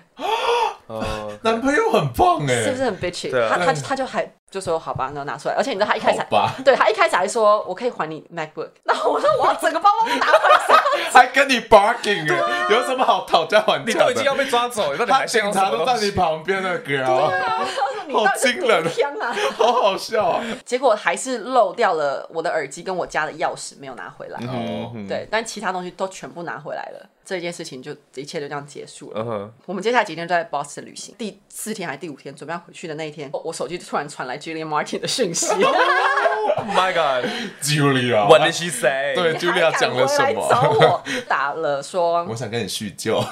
C: 哦
B: 男朋友很棒，哎，
A: 是不是很 bitchy？
C: 对啊
A: 他他就他就还就说好吧，然后拿出来，而且你知道他一开始
B: 好吧
A: *laughs* 还对他一开始还说我可以还你 MacBook，那我说我要整个包包都拿回来。
B: *laughs* 还跟你 barking
A: 啊
B: 哎、有什么好讨价还
C: 你
B: 价
C: 都已经要
B: 的？
C: 被抓走，你到底
B: 他
C: 还想
B: 警
C: 要
B: 察
C: 什么
B: 都
C: 东
B: 在
C: 西
B: 你旁边了，girl，
C: *laughs*
A: 他说你到底是
B: 好惊人
A: 多香啊！
B: 啊好好笑啊！
A: 结果还是漏掉了我的耳机跟我家的钥匙没有拿回来。
C: 嗯
B: 哦，
A: 对，但其他东西都全部拿回来了，这件事情就一切就这样结束了。
C: 嗯哼，
A: 我们接下来几天都在 Boston 旅行，第四天还是第五天，准备要回去的那一天，我手机突然传来 Julian Martin 的讯息，
C: Oh my God，What
B: Julia，
C: did she say？
B: 对
A: *laughs* 你还
B: Julia
A: 敢
B: 讲
A: 回
B: 了什
A: 来找
B: 么？
A: 我，打了说
B: 我想跟你叙旧，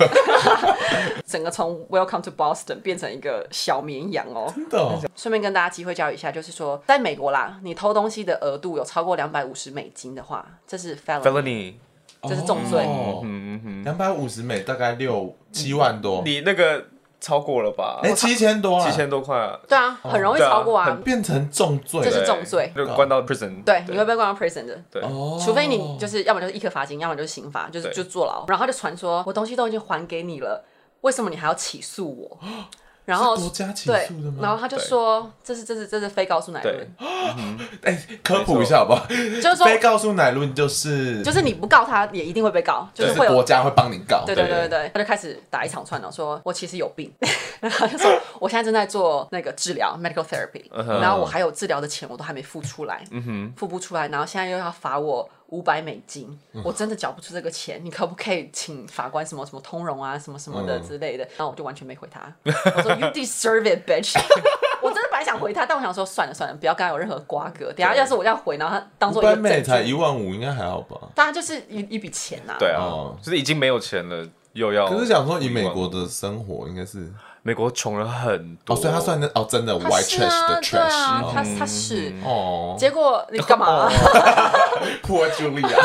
C: *laughs*
A: 整个从 Welcome to Boston 变成一个小绵羊哦。 *laughs*
B: 真的哦、
A: 顺便跟大家机会教育一下，就是说，在美国啦，你偷东西的额度有超过两百五十美金的话，这是 felony，
C: ，Felony，
A: 这是重罪。
B: 哦
C: 嗯
B: 两百五十美，大概六七万多，
A: 嗯
C: 你那个超过了吧？
B: 哎，七千多啊，
C: 嗯七千多块啊，
A: 对啊，很容易超过啊
C: 对啊很，
B: 变成重罪
A: 这
B: 了
A: 是重罪
C: 就关到 prison。
A: 对，你会被关到 prison 的。
C: 对，
B: 啊哦，
A: 除非你就是，要么就是一颗罚金，要么就是刑罚，就是
C: 对
A: 就坐牢。
B: 哦
A: 然后他就传说，我东西都已经还给你了，为什么你还要起诉我？然后
B: 哦是国家起
A: 对
B: 诉的吗，
A: 然后他就
C: 对
A: 说这是这是这是非告诉乃
C: 对
A: 伦，
B: 哎，科普一下好不好？
A: 就是说
B: 非告诉乃论就是
A: 就是你不告他也一定会被告，就
B: 就是是
A: 会有
B: 国家会帮你告，
A: 对对对对对，他就开始打一场串了，说我其实有病， *laughs* 然后他就说我现在正在做那个治疗 medical therapy，然
B: 嗯
A: 后我还有治疗的钱我都还没付出来，付不出来，然后现在又要罚我五百美金，我真的缴不出这个钱，你可不可以请法官什么什么通融啊什么什么的
B: 嗯
A: 之类的？然后我就完全没回他，我说 you deserve it bitch。我 *laughs* 真的本来想回他，但我想说算了算了，不要跟他有任何瓜葛。等一下要是我这样回，然后他当做
B: 五
A: 一个
B: 百
A: 证
B: 美才
A: 据，
B: 一万五，应该还好吧？
A: 当然就是一一笔钱呐、
C: 对啊
B: 哦，
C: 就是已经没有钱了，又要。
B: 可是想说以美国的生活应该是
C: 美国穷了很多，
B: 哦，所以他算那哦真的
A: 他
B: white
A: 是
B: trash
A: 啊，
B: 的
A: 对啊，他
B: trash
A: 他是。
B: 哦
A: 结果你干嘛？
B: *laughs* ，poor Julia，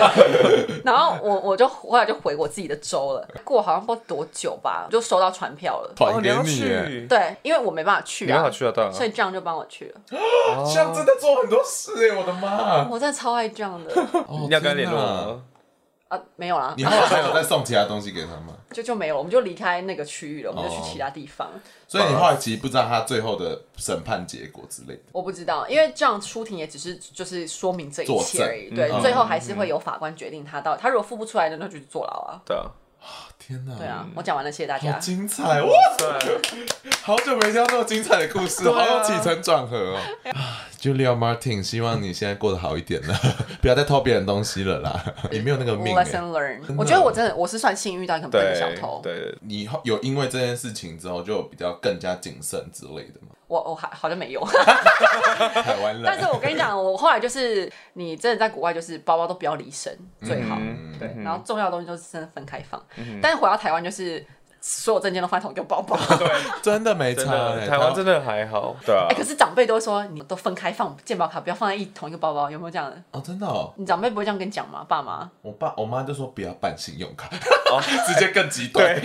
A: *laughs* 然后我我就后来就回我自己的州了，过好像不知道多久吧，就收到船票了。
C: 哦，
B: 团
C: 你
B: 给
C: 要
B: 你耶，
C: 去，
A: 对，因为我没办法去
C: 你没
A: 啊
C: 法，去啊，对啊。
A: 所以 John 就帮我去了。
B: 这样真的做很多事哎，我的妈！
A: 我真的超爱 John 的
C: *laughs*
B: 哦
C: 你要跟他联络？
B: 天哪
C: 吗？
A: 啊，没有啦
B: 你，后来还有再送其他东西给他吗？
A: 就就没有了，我们就离开那个区域了，我们就去
B: 哦
A: 其他地方。
B: 所以你后来其实不知道他最后的审判结果之类的。
A: 我不知道，因为这样出庭也只是就是说明这一
B: 作
A: 切而已，
C: 证
A: 对，
C: 嗯
A: 最后还是会有法官决定他到底，他如果付不出来，那就去坐牢啊。
C: 对啊，
B: 天哪！
A: 对啊，
C: 嗯
A: 我讲完了，谢谢大
B: 好
A: 家。
B: 精彩哇！
C: 啊
B: 好久没听到这么精彩的故事，
C: 对
B: 好
C: 啊
B: 有起承转
C: *laughs*
B: 合哦。啊 Julia Martin，希望你现在过得好一点了， *laughs* 不要再偷别人东西了
C: *laughs*
B: 啦，你没有那个命、欸。
A: Lesson learn，
B: 的
A: 我觉得我真的我是算幸运遇到一个很笨
C: 对
A: 的小偷，
C: 对对，
B: 你有因为这件事情之后就比较更加谨慎之类的
C: *laughs*
B: 吗？
A: 我我还好像 *laughs* 没有，
B: 台湾人，
A: 但是我跟你讲，我后来就是你真的在国外就是包包都不要离身最好，
C: 嗯
A: 对，然后重要的东西就是真的分开放，但是回到台湾就是所有证件都放同一个 *laughs* 包包，
B: 真的没
C: 真
B: 差、欸，
C: 的，台湾真的还好，对啊
B: *laughs*
A: 哎、。可是长辈都会说你都分开放健保卡，不要放在一同一个包包，有没有这样的？
B: 哦，真的哦，
A: 你长辈不会这样跟你讲吗？爸妈？
B: 我爸我妈就说不要办信用卡，哦直接更极端，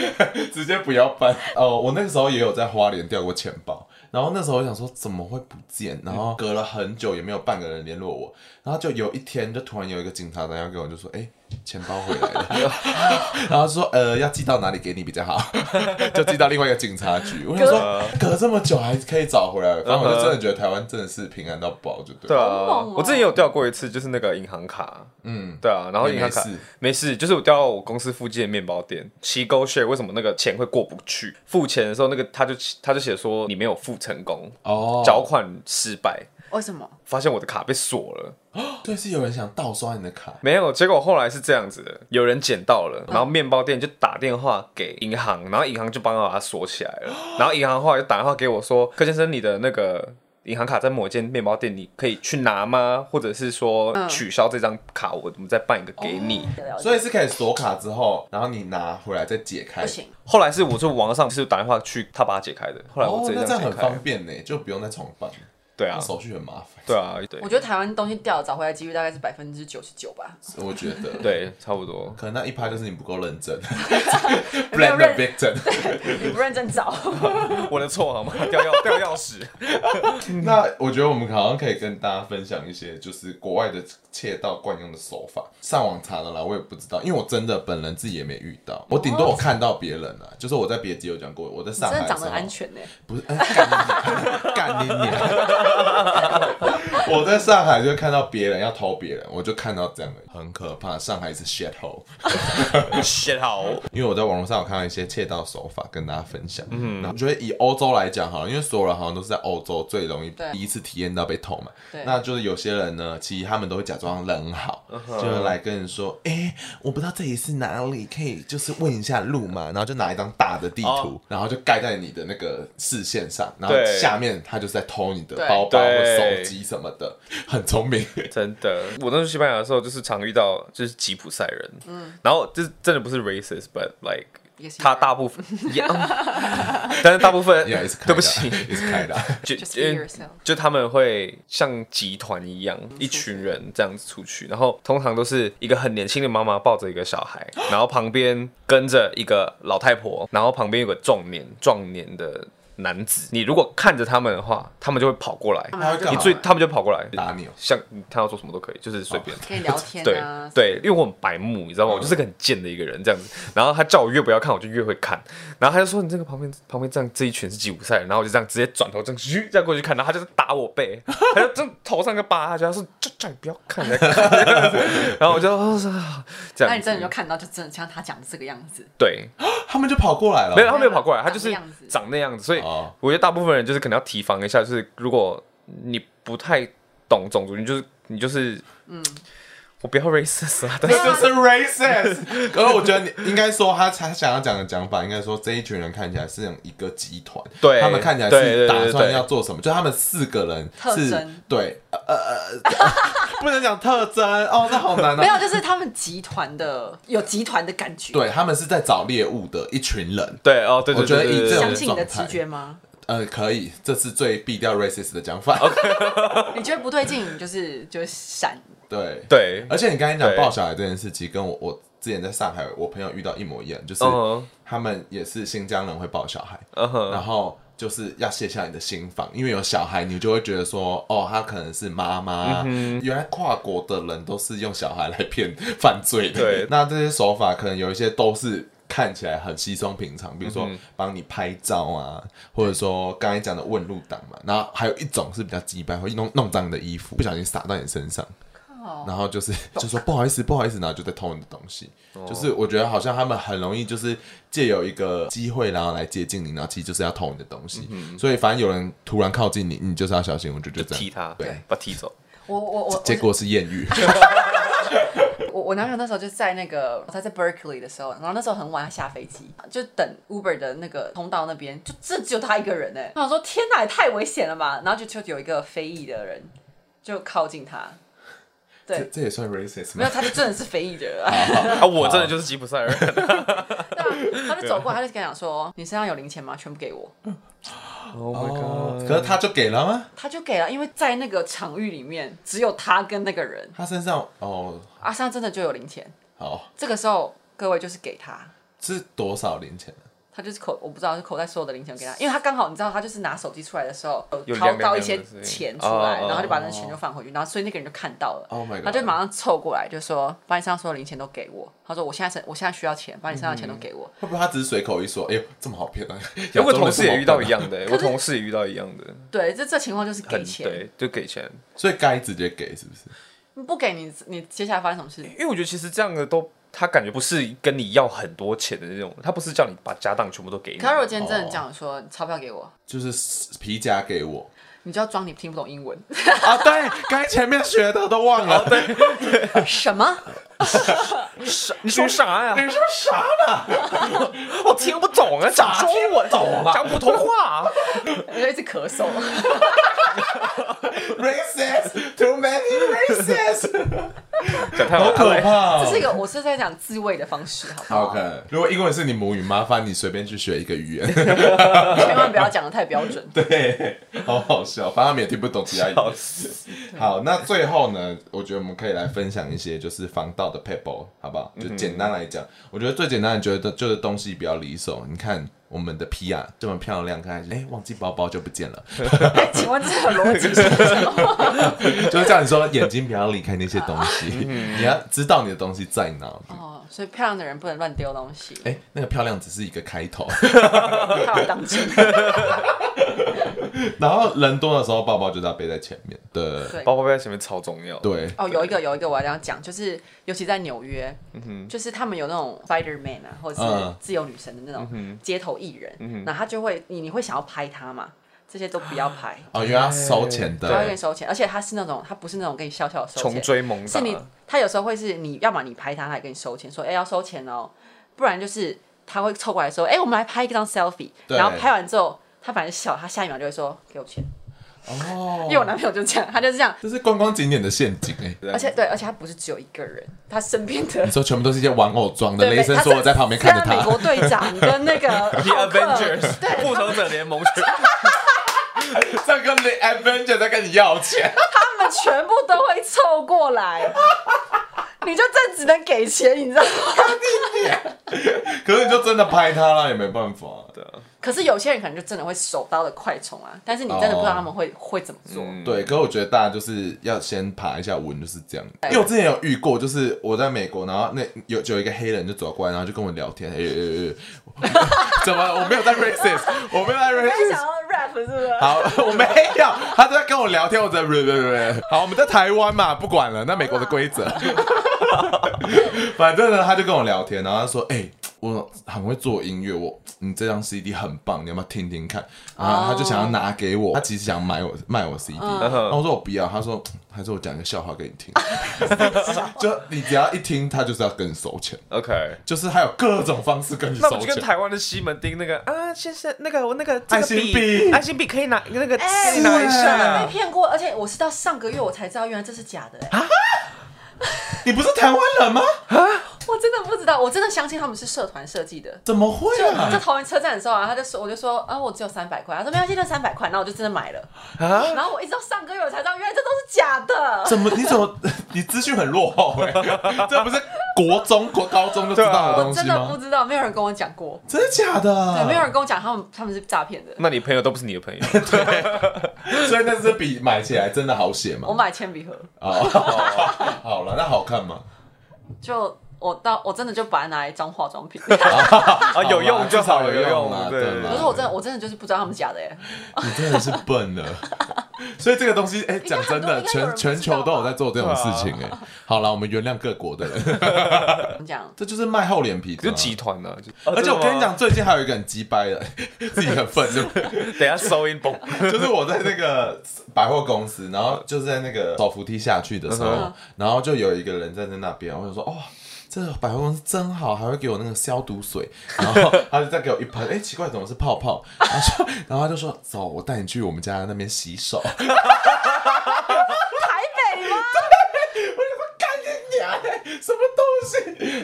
B: 直接不要办。 *laughs* 哦，我那个时候也有在花莲掉过钱包，然后那时候我想说怎么会不见，然后隔了很久也没有半个人联络我，然后就有一天就突然有一个警察打电话给我，就说哎。钱包回来了， *laughs* 然后说呃要寄到哪里给你比较好， *laughs* 就寄到另外一个警察局。我想说隔这么久还可以找回来，反正我就真的觉得台湾真的是平安到爆，就对
C: 对
B: 了。
C: 啊
A: 好猛哦，
C: 我之前也有掉过一次，就是那个银行卡，
B: 嗯，
C: 对啊，然后
B: 也
C: 银行
B: 没
C: 卡
B: 事
C: 没事，就是我掉到我公司附近的面包店，骑 Go Share 为什么那个钱会过不去？付钱的时候，那个他就他就写说你没有付成功，
B: 哦，
C: 缴款失败，
A: 为什么？
C: 发现我的卡被锁了。
B: 对，是有人想盗刷你的卡，
C: 没有，结果后来是这样子的，有人捡到
B: 嗯
C: 了，然后面包店就打电话给银行，然后银行就帮他把它锁起来
B: *gasps*
C: 了，然后银行后来就打电话给我说，柯先生，你的那个。银行卡在某间面包店，你可以去拿吗？或者是说
B: 嗯
C: 取消这张卡，我我们再办一个给你。
A: 啊
B: 所以是可以锁卡之后，然后你拿回来再解开。
A: 不行，
C: 后来是我就网上是打电话去他把它解开的，后来我
B: 哦，
C: 自己
B: 那
C: 这
B: 这
C: 样
B: 样
C: 解
B: 很
C: 开。
B: 方便呢，就不用再重办。
C: 对啊，
B: 手续很麻烦。
C: 对啊，对
A: 我，觉得台湾东西掉了找回来几率大概是百分之九十九吧。 *laughs*
B: 我觉得，
C: *laughs* 对，差不多。 *laughs*
B: 可能那一趴就是你不够认真
A: 没有
B: ，blame the
A: 认
C: *laughs*
B: victim。
A: 你不认真找，
C: 我的错好吗？掉钥掉
B: *laughs*
C: 钥匙。
B: 那我觉得我们好像可以跟大家分享一些就是国外的窃盗惯用的手法。上网查的啦，我也不知道，因为我真的本人自己也没遇到。我顶
C: 哦
B: 多我看到别人啦，就是我在别集有讲过，我在上
A: 真
B: 海
A: 的
B: 的时
A: 长
B: 候
A: 得很安全欸呢、
B: 不是，哎干你娘干你娘！ *laughs* 我在上海就看到别人要偷别人，我就看到这样的，很可怕。上海是 shit hole，
C: *laughs* shit 好，
B: 因为我在网络上有看到一些窃盗手法，跟大家分享。嗯，我觉得以欧洲来讲好了，因为所有人好像都是在欧洲最容易
A: 对
B: 第一次体验到被偷嘛。
A: 对
B: 那就是有些人呢，其实他们都会假装人好，
C: 嗯哼
B: 就来跟人说：“哎、我不知道这里是哪里，可以就是问一下路嘛。”然后就拿一张大的地图，
C: 嗯哦
B: 然后就盖在你的那个视线上，然后
C: 对
B: 下面他就是在偷你的
A: 对
B: 包包或
C: 对
B: 手机什么的，很聪明。 *laughs*
C: 真的。我那时候去西班牙的时候，就是常遇到就是吉普赛人，嗯，然后就是真的不是 racist，but like。
A: 也是
C: 他大部
A: *laughs*
C: 分 Yeah，但是大
B: *laughs*
C: 部分
B: Yeah, it's kinda-
C: *laughs* 对不起，
B: ，it's kinda
C: 就
A: Just be yourself
C: 就他们会像集团一样，一群人这样子出去，然后通常都是一个很年轻的妈妈抱着一个小孩，然后旁边跟着一个老太婆，然后旁边有个壮年壮年的男子。你如果看着他们的话，他们就会跑过来，
B: 他会干嘛
C: 你最他们就跑过来
B: 打你哦
C: 像他要做什么都可以，就是随便。
A: 可以聊哦天
C: 对
A: 啊。
C: 对，因为我很白目，你知道吗？我就是个很贱的一个人这样子。然后他叫我越不要看，我就越会看。然后他就说：“你这个旁边旁边这样这一群是吉普赛人。”然后我就这样直接转头这样嘘这样过去看，然后他就是打我背，他就这头上个疤，他就说：“这这你不要看，你在看。” *laughs* 然后我就哦是啊这样子，
A: 那你真的就看到，就真的像他讲的这个样子，
C: 对，
B: 他们就跑过来了，
C: 没有他没有跑过来，他
A: 长
C: 就是
A: 那样子
C: 长那样子。所以
B: 哦
C: 我觉得大部分人就是可能要提防一下，就是如果你不太懂种族，你就是你就是嗯。我不要 racist 啊，但 *laughs*
B: 这
C: 是
B: 就是 racist。可是 *laughs* 我觉得你应该说他他想要讲的讲法，应该说这一群人看起来是一个集团，
C: 对
B: 他们看起来
C: 对
B: 是
C: 对对
B: 打
C: 对
B: 算
C: 对
B: 要做什么，就他们四个人
A: 特
B: 是
A: 征，
B: 对，呃呃呃， *laughs* 呃不能讲特征哦，那好难
A: 没有，
B: 啊。
A: 就是他们集团的有集团的感觉。，
B: 对，他们是在找猎物的一群人。
C: 对哦，对对对
B: 我觉得
C: 对对
B: 以这种
C: 对
A: 相信你的直
B: 状态
A: 觉吗？
B: 呃，可以，这是最避掉 racist 的讲法。
A: 你觉得不对劲，你就是就闪。
B: 对
C: 对，
B: 而且你刚才讲
C: 对
B: 抱小孩这件事，其实跟我我之前在上海，我朋友遇到一模一样，就是
C: 嗯哼
B: 他们也是新疆人会抱小孩，
C: 嗯哼，
B: 然后就是要卸下你的心防，因为有小孩，你就会觉得说，哦，他可能是妈妈。
C: 嗯
B: 原来跨国的人都是用小孩来骗犯罪的。
C: 对
B: 那这些手法可能有一些都是。看起来很稀松平常，比如说
C: 嗯哼
B: 帮你拍照啊，或者说刚才讲的问路党嘛，然后还有一种是比较鸡掰，会弄弄脏你的衣服，不小心洒到你身上，
C: 哦
B: 然后就是就说不好意思，不好意思，然后就在偷你的东西。
C: 哦
B: 就是我觉得好像他们很容易就是借有一个机会，然后来接近你，然后其实就是要偷你的东西。所以反正有人突然靠近你，你就是要小心。我就觉
C: 嗯就
B: 得这
C: 踢
B: 样，
C: 他，
B: 对，
C: 把他踢走，
A: 我我我
B: 结果是
C: *laughs*
B: 艳遇。
A: 我我男朋友那时候就在那个他在 Berkeley 的时候，然后那时候很晚，他下飞机就等 Uber 的那个通道那边，就这只有他一个人哎、我想说天哪，也太危险了吧！然后就就有一个非裔的人就靠近他，
B: 这
A: 对，
B: *laughs* 这也算 racist
A: 没
B: 吗
A: 有，？他就真的是非裔的人，
C: 啊，我真的就是吉普赛 *laughs* 人，
A: 对啊，他就走过来，他就跟他讲说：“你身上有零钱吗？全部给我。
C: Oh
B: 哦，可是他就给了吗”？
A: 他就给了，因为在那个场域里面，只有他跟那个人，
B: 他身上哦，
A: 阿上真的就有零钱。
B: 好
A: 这个时候，各位就是给他，
B: 是多少零钱呢？
A: 他就是口，我不知道是口袋所有的零钱给他，因为他刚好你知道，他就是拿手机出来的时候呃
C: 有
A: 掏
C: 亮亮
A: 到
C: 的
A: 一些
C: 是不是
A: 钱出
C: 哦
A: 来，
C: 哦哦
A: 然后就把那钱就放回去，然后所以那个人就看到了
B: Oh my god
A: 他就马上凑过来就说：“把你身上所有零钱都给我。”他说：“我现在是我现在需要钱，把你身上的钱都给我。
B: 会不会他只是随口一说？哎呦，这么好骗
C: *laughs*
B: 啊！
C: 有个同事也遇到一
B: 样，
C: 样的、我同事也遇到一样的，
A: 对，这这情况就是给
C: 嗯很
A: 钱，
C: 对，就给钱。
B: 所以该直接给是不是？
A: 你不给你，你接下来发生什么事？
C: 因为我觉得其实这样的都，他感觉不是跟你要很多钱的那种，他不是叫你把家当全部都给你
A: 可。是我今天真的这样
C: 哦
A: 说，钞票给我，
B: 就是皮夹给我
A: 你就要装你听不懂英文。 *laughs*
B: 啊！对，刚才前面学的都忘
C: *laughs* 哦
B: 了。对，
A: 什么？
C: 你说啥呀、
B: *laughs* 你说啥呢？
C: 我听不懂
B: *laughs*
C: 啊，讲中文，
B: 懂啊
C: 讲普通话、 *laughs*
A: 我就一直咳嗽。 *laughs*
B: racist, too many *laughs* racist，
C: 讲太好
B: 可怕、
A: 这是一个，我是在讲自慰的方式，好不好？
B: OK，如果英文是你母语，麻烦你随便去学一个语
A: *laughs*
B: 言。
A: 千万不要讲的太标准。
B: 对， *laughs* 好好笑，反正他们也听不懂其他语
C: 笑
B: 言。好，那最后呢，我觉得我们可以来分享一些就是防盗的 people，好不好？
A: 嗯
B: 就简单来讲，我觉得最简单的，觉得就是东西不要离手。你看我们的 P 啊，这么漂亮，看起来哎、忘记包包就不见了，
A: 哎，请问这个逻辑是什么？
B: 就是叫你说眼睛不要离开那些东
A: *laughs*
B: 西，
A: 嗯
B: 你要知道你的东西在哪里。
A: 哦，所以漂亮的人不能乱丢东西，
B: 哎、那个漂亮只是一个开头。 *laughs*
A: 他有当真。
B: 然后人多的时候，包包就是要背在前面。对
A: 对
C: 包包在前面超重要。
B: 对，
A: 哦，有一个有一个我要要讲，就是尤其在纽约，就是他们有那种 Spider Man 啊，或者是
B: 嗯
A: 自由女神的那种街头艺人，那、他就会你你会想要拍他嘛？这些都不要拍，
B: 哦，因为要收钱
A: 不要
B: 的
A: 跟你，收钱，而且他是那种他不是那种跟你笑笑的收钱，
C: 穷追猛打
A: 是你，他有时候会是你要么你拍他，他也跟你收钱，说哎、要收钱哦，不然就是他会凑过来说，哎、我们来拍一张 selfie，
B: 对
A: 然后拍完之后他反正笑，他下一秒就会说给我钱，因为
B: 哦，嗯
A: 我男朋友就这样，他就是这样，
B: 这是观光景点的陷阱哎、
A: 而且对，而且他不是只有一个人，他身边的
B: 你。说全部都是一些玩偶装的，
A: 对
B: *laughs* 雷
A: 对，
B: 神
A: 他
B: 说
A: 是
B: 我在旁边看着
A: 像美
B: 他，
A: 国队长跟那个
C: The
A: 浩克
C: Avengers，复仇者
A: *laughs*
C: 联盟，
B: *laughs* 这跟 The Avenger 在跟你要钱， *laughs*
A: 他们全部都会凑过来， *laughs* 你就真只能给钱，你知道吗？
B: 可是你就真的拍他了，也没办法。啊
A: 可是有些人可能就真的会手刀的快冲啊，但是你真的不知道他们
B: 哦
A: 会、会怎么做。
B: 对，可是我觉得大家就是要先爬一下文，就是这样。因为我之前有遇过，就是我在美国，然后那有有一个黑人就走过来，然后就跟我聊天，哎哎哎哎， *laughs* 怎么我没有在 racist，我没有在
A: 他
B: racist，
A: 想要 rap 是不是？
B: *laughs* 好，我没有，他都在跟我聊天，我在 *laughs* 不不不不。好，我们在台湾嘛，不 *laughs* 管了，那美国的规则。反正呢，他就跟我聊天，然后他说：“哎、我很会做音乐，我你这张 CD 很棒，你要不要听听看？”然
C: 哦
B: 后他就想要拿给我，他其实想买我卖我 CD，然
C: 嗯
B: 后我说我不要，他说还是我讲一个笑话给你
C: *laughs*
B: 听，就你只要一听，他就是要跟你收钱，
C: OK，
B: 就是还有各种方式跟你
C: 那我
B: 收
C: 们就跟
B: 钱。
C: 台湾的西门町那个啊，先生，那个我那个这
B: 爱
C: 个
B: 心
C: 笔，
B: 笔
C: 爱心笔可以拿那个
A: 哎
C: 可以拿一
A: 真的
C: 下
A: 被。骗过，而且我是到上个月我才知道，原来这是假的、
B: 啊
A: 哎
B: 你不是台湾人吗？
A: 我真的不知道，我真的相信他们是社团设计的。
B: 怎么会
A: 就在
B: 啊？
A: 桃园车站的时候啊，他就说，我就说，啊，我只有三百块，他说没关系，就三百块，然后我就真的买了。
C: 啊
A: 然后我一直到上个月我才知道，原来这都是假的。
B: *laughs* 怎么？你怎么？你资讯很落后 *laughs* 哎、这不是国中、国高中就知道的
A: 我
B: 东
A: 真
B: 西
A: 的不
B: 吗？嗯
A: 知道，没有人跟我讲过，
B: 真的假的？
A: 对，没有人跟我讲他们他们是诈骗的。
C: 那你朋友都不是你的朋 *laughs* 友，
B: 所以那支笔买起来真的好写吗
A: 我？买铅笔盒，
B: 哦，好了，那好看吗？
A: 就我到我真的就把它拿来当化
B: *laughs*
A: 妆品。 *laughs*
C: 啊，有用就好，
B: 至少
C: 有
B: 有用
C: 用啊哦
B: 啦，对
A: 可
B: 啦
A: 是我真的我真的就是不知道他们假的哎、
B: *laughs* 你真的是笨了。 *laughs* 所以这个东西，哎、讲真的，
A: 应该很多应该有人
B: 全
A: 不知道吧
B: 全球都有在做这种事情、哎，好了，我们原谅各国的人，
A: 怎么讲？
B: 这就是卖厚脸皮的
C: 就
B: 啊、
C: 集团呢。就哦
B: 而且我跟你讲，，最近还有一个很鸡掰的， *laughs* 自己很愤怒。
C: 真的吗等一下收音崩。
B: *laughs* 就是我在那个百货公司，然后就在那个手扶梯下去的时
C: 嗯
B: 候，然后就有一个人站在那边，我想说，哇、哦这个百货公司真好，还会给我那个消毒水，然后他就再给我一盆，哎、奇怪，怎么是泡泡？然后说，然后他就说，走，我带你去我们家那边洗手。 *laughs* 台北吗？我就说干你娘，欸什么东西？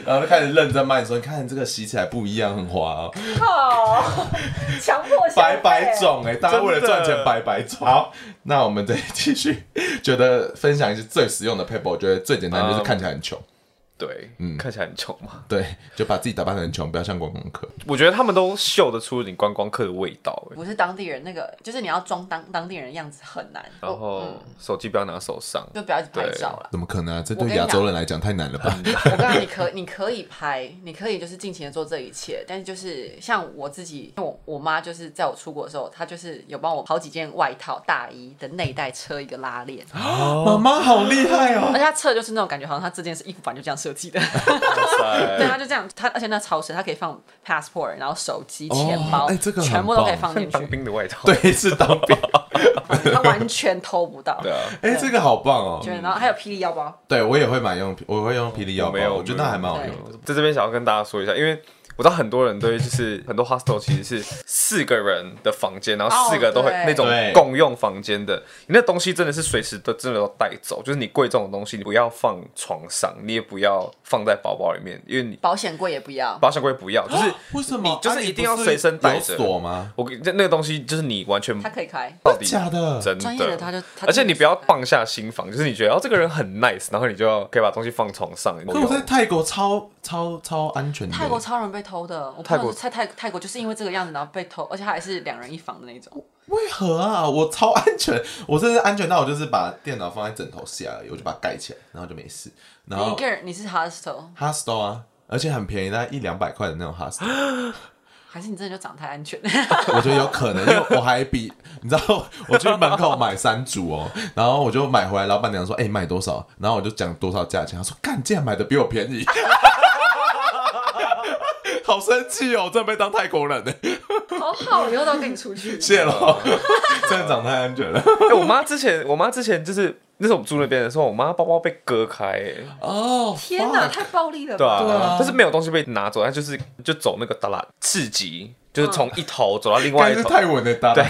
B: *laughs* 然后就开始认真卖，说，你看这个洗起来不一样，很滑哦。
A: 靠， *laughs* 强迫消
B: 白
A: 费
B: 白种哎、大家为了赚
C: 真
B: 钱
C: 的
B: 白白种。好，那我们再继续，觉得分享一些最实用的 paper，我觉得最简单就是
C: 嗯
B: 看起来很穷，
C: 对，
B: 嗯
C: 看起来很穷嘛。
B: 对，就把自己打扮得很穷，不要像观光客。
C: 我觉得他们都嗅得出你观光客的味道。欸
A: 不是当地人，那个就是你要装当当地人的样子很难。
B: 哦
C: 然
A: 我
C: 后手机不要拿手上，
A: 就不要一直拍照了。
B: 怎么可能啊？这
A: 我
B: 对
A: 跟你
B: 亚洲
A: 讲
B: 人来讲太难了吧？
A: 我告诉你，你可你可以拍，你可以就是尽情的做这一切，但是就是像我自己，我我妈就是在我出国的时候，她就是有帮我好几件外套、大衣的内袋车一个拉
B: *gasps*
A: 链，
B: *laughs* 妈妈好厉害
A: 而
B: 哦！
C: *laughs*
A: 且她车就是那种感觉，好像她这件是衣服版就这样设计的，对，啊她就这样，她而且那超市她可以放 passport，然后手机、钱包，
B: 哦哎这个很
A: 全部都可以
B: 棒
A: 放进
B: *laughs*
C: 当
A: 去，
C: 兵的外套。
B: 对，是当兵，
A: 她完全偷不到。
C: 对啊，
B: 哎、这个好棒
A: 就
B: 哦！
A: 是然后还有霹雳腰包，
B: 对我也会买用，我会用霹雳腰
C: 我没有
B: 包，我觉得那还蛮好用的。
C: 在这边想要跟大家说一下，因为。我知道很多人对，就是很多 hostel 其实是四个人的房间，然后四个都会
A: 哦对
C: 那种
B: 对
C: 共用房间的，你那东西真的是随时都真的都带走，就是你贵重的东西，你不要放床上，你也不要放在包包里面，因为你
A: 保险柜也不要，
C: 保险柜不要，就是
B: 为什么？
C: 你就是
B: 啊
C: 一定要随身带
B: 你不是
C: 着
B: 有锁吗？
C: 我跟那那个东西就是你完全
A: 她可以开。
C: 到底
B: 假的
C: 真
A: 专业的他就他
C: 而且
A: 真的
C: 你不要
A: 是
C: 放下心防，就是你觉得哦这个人很 nice，然后你就要可以把东西放床上。
B: 可我在泰国超超超安全的。
A: 泰国超人被偷的，我泰
C: 泰国
A: 国在泰泰国就是因为这个样子，然后被偷，而且他还是两人一房的那种。
B: 为何啊？我超安全，我真的是安全到我就是把电脑放在枕头下而已，我就把它盖起来，然后就没事。然
A: 你一
B: 后
A: 个人你是 hostel，
B: hostel 啊，而且很便宜，大概一两百块的那种 hostel，
A: 还是你真的就长太
B: *laughs*
A: 安全？
B: 我觉得有可能，因为我还比你知道，我去门口买三组哦，然后我就买回来，老板娘说：“哎、买多少？”然后我就讲多少价钱，她说：“干，竟然买的比我便
A: *laughs*
B: 宜。”好生气哦！我真的被当泰国人呢，
A: 好好，以后都要跟你出去。*laughs*
B: 谢了，真的长太安全了。
C: 哎、我妈之前，我妈之前就是那时候我们住那边的时候，我妈包包被割开、哎
B: 哦，
A: 天哪，
B: fuck
A: 太暴力了
C: 对
A: 吧！
C: 啊，
B: 对啊
C: 但是没有东西被拿走，她就是就走那个达拉次级，就是从一头走到另外
B: 干
C: 一
B: 是
C: 头，
B: 泰文的搭
C: 对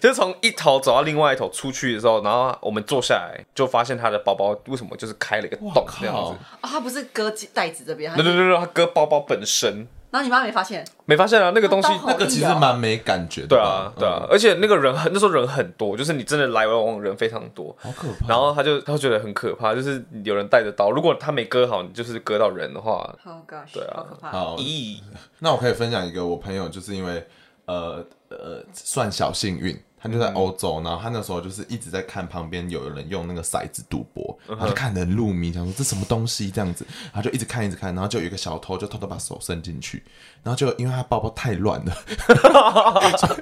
C: 就是从一头走到另外一头出去的时候，然后我们坐下来就发现她的包包为什么就是开了一个洞
B: 哇靠
C: 这样子。
A: 啊，他不是割鸡袋子这边，他
C: 对
A: 是
C: 对对对，她割包包本身
A: 然后你妈没发现，
C: 没发现啊，那个东西
A: 她包
B: 那个其实蛮没感觉的
C: 对啊
B: 吧，，
C: 对啊，
B: 嗯，
C: 而且那个人很那时候人很多，就是你真的来来往往人非常多，
B: 好可怕。
C: 然后他就他就觉得很可怕，就是有人带着刀，如果他没割好，你就是割到人的话，
A: Oh gosh，
C: 对啊
A: 好可怕。
B: 好，
C: 咦，
B: 那我可以分享一个，我朋友就是因为呃呃算小幸运，他就在
C: 嗯
B: 欧洲，然后他那时候就是一直在看旁边有人用那个骰子赌博，
C: 嗯
B: 他就看得很入迷，想说这什么东西这样子，他就一直看一直看，然后就有一个小偷就偷偷把手伸进去，然后就因为他包包太乱了，
C: *laughs*
B: 所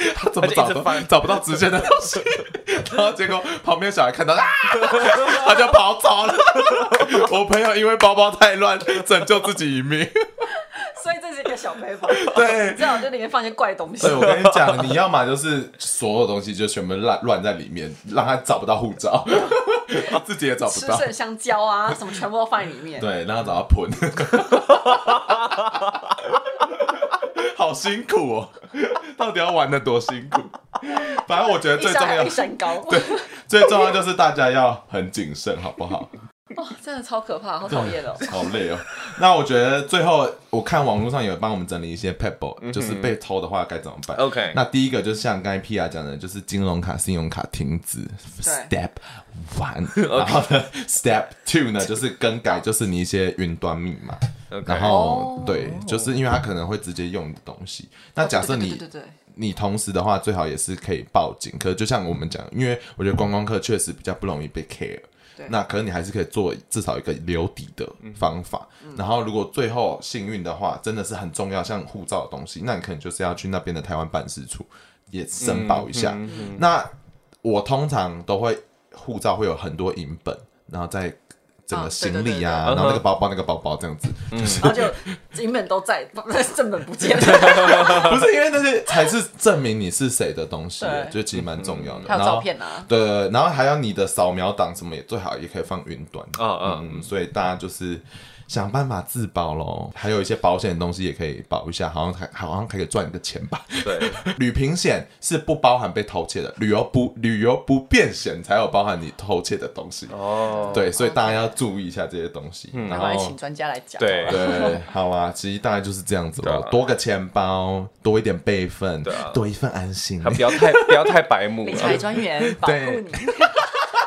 B: 以他怎么找
C: 他就一直
B: 都
C: 翻
B: 找不到值钱的东西，然后结果旁边小孩看到啊，他就 *laughs*
C: *laughs*
B: 跑走了。我朋友因为包包太乱，拯救自己一命。
A: 小 paper，
B: *laughs* 对
A: 最好就里面放一些怪东西
B: *laughs* 对，。我跟你讲，你要么就是所有东西就全部乱乱在里面，让他找不到护照， *laughs* 自己也找不
A: 吃
B: 到。
A: 剩香蕉啊，什么全部都放在里面。
B: 对，让他找到喷， *laughs* 好辛苦哦！到底要玩的多辛苦？反正我觉得
A: 一
B: 最重
A: 山还
B: 要
A: 一，山高，
B: *laughs* 最重要就是大家要很谨慎，好不好？
A: 哇，真的超可怕，好讨厌哦。
B: 好累哦。那我觉得最后，我看网络上有帮我们整理一些 pebble，、就是被偷的话该怎么办。
C: 嗯 OK
B: 那第一个就是像刚才 P R 讲的，就是金融卡、信用卡停止
A: 对
B: ，step
C: *laughs*
B: one，然后呢，step two 呢就是更改，就是你一些云端密码。
C: OK
B: 然后
A: 哦
B: 对，就是因为它可能会直接用的东西。那假设你
A: 对对对对对
B: 你同时的话，最好也是可以报警。可是就像我们讲，因为我觉得观光客确实比较不容易被 care
A: 对。
B: 那可能你还是可以做至少一个留底的方法。
A: 嗯
B: 然后如果最后幸运的话，真的是很重要，像护照的东西，那你可能就是要去那边的台湾办事处也申报一下。
A: 嗯
B: 那我通常都会护照会有很多银本，然后再整个
A: 啊对对
B: 行李啊，
C: 对对
B: 然后那个包包那个包包这样子，就是
A: 然后就银本都在，正本不见了。 *laughs*
B: 不是因为那些才是证明你是谁的东西
A: 对，
B: 就其实蛮重要的。
A: 还有
B: 然后
A: 照片啊
B: 对对，对然后还有你的扫描档什么也最好也可以放云端。
A: 哦
C: 嗯嗯
B: 嗯嗯，所以大家就是想办法自保喽。还有一些保险的东西也可以保一下，好像还好像可以赚你的钱吧。
C: 对，
B: *laughs* 旅平险是不包含被偷窃的，旅游不旅游不便险才有包含你偷窃的东西。
C: 哦，
B: 对，所以大家要注意一下这些东西。然
A: 要不然
B: 后
A: 请专家来讲。
C: 对
B: *laughs* 对，好啊，其实大概就是这样子
C: 对
B: 吧
C: 啊，
B: 多个钱包，多一点备份
C: 对啊，
B: 多一份安心
C: 他。不要太 *laughs* 不要太白目啊
A: 理财
C: 了。
A: 专员保护你，
B: *laughs*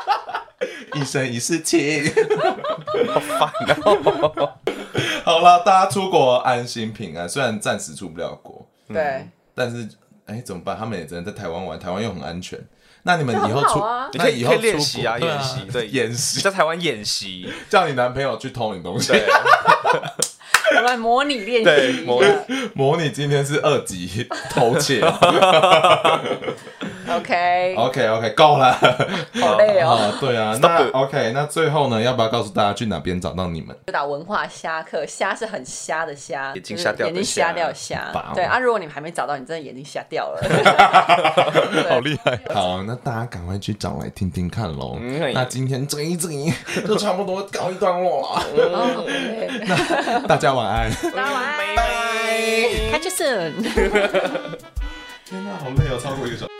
B: 一生一世情。
C: *laughs* 烦哦
B: *laughs* 好了，大家出国安心平安，虽然暂时出不了国，
C: 嗯
A: 对，
B: 但是哎怎么办？他们也只能在台湾玩，台湾又很安全。那你们
A: 这
B: 以
A: 很
B: 后出
A: 好啊，
C: 你
B: 那
C: 可以
B: 以后
C: 可以
B: 出
C: 练
B: 国
C: 习啊，
B: 对
C: 演习对
B: 演习，
C: 在台湾演习，
B: 叫你男朋友去偷你东西。
C: 对
A: 我们模拟练习
C: 对
A: 一
C: 模
A: 下。
B: *laughs* 模拟今天是二级偷
C: *laughs*
B: 窃。
A: OK，
B: OK OK，够了。
A: 好累哦。
B: *laughs* 啊，对啊，
C: Stop
B: 那
C: it
B: OK，那最后呢，要不要告诉大家去哪边找到你们？
A: 就打文化虾课，虾是很瞎的瞎，
C: 眼
A: 就
C: 睛
A: 是
C: 瞎掉的
A: 眼睛
C: 瞎
A: 瞎掉的瞎
B: 棒。
A: 对啊，如果你们还没找到，你真的眼睛瞎掉了。
C: *laughs*
B: 好厉害！好，那大家赶快去找来听听看喽。
C: 嗯
B: 那今天这一集就差不多告一段落
A: *laughs*
B: 了，
A: 哦对
B: 大家晚安。
A: 大家晚安
C: 拜拜。
A: ，Catch you soon。
B: 天啊，好累哦，超过一个小时。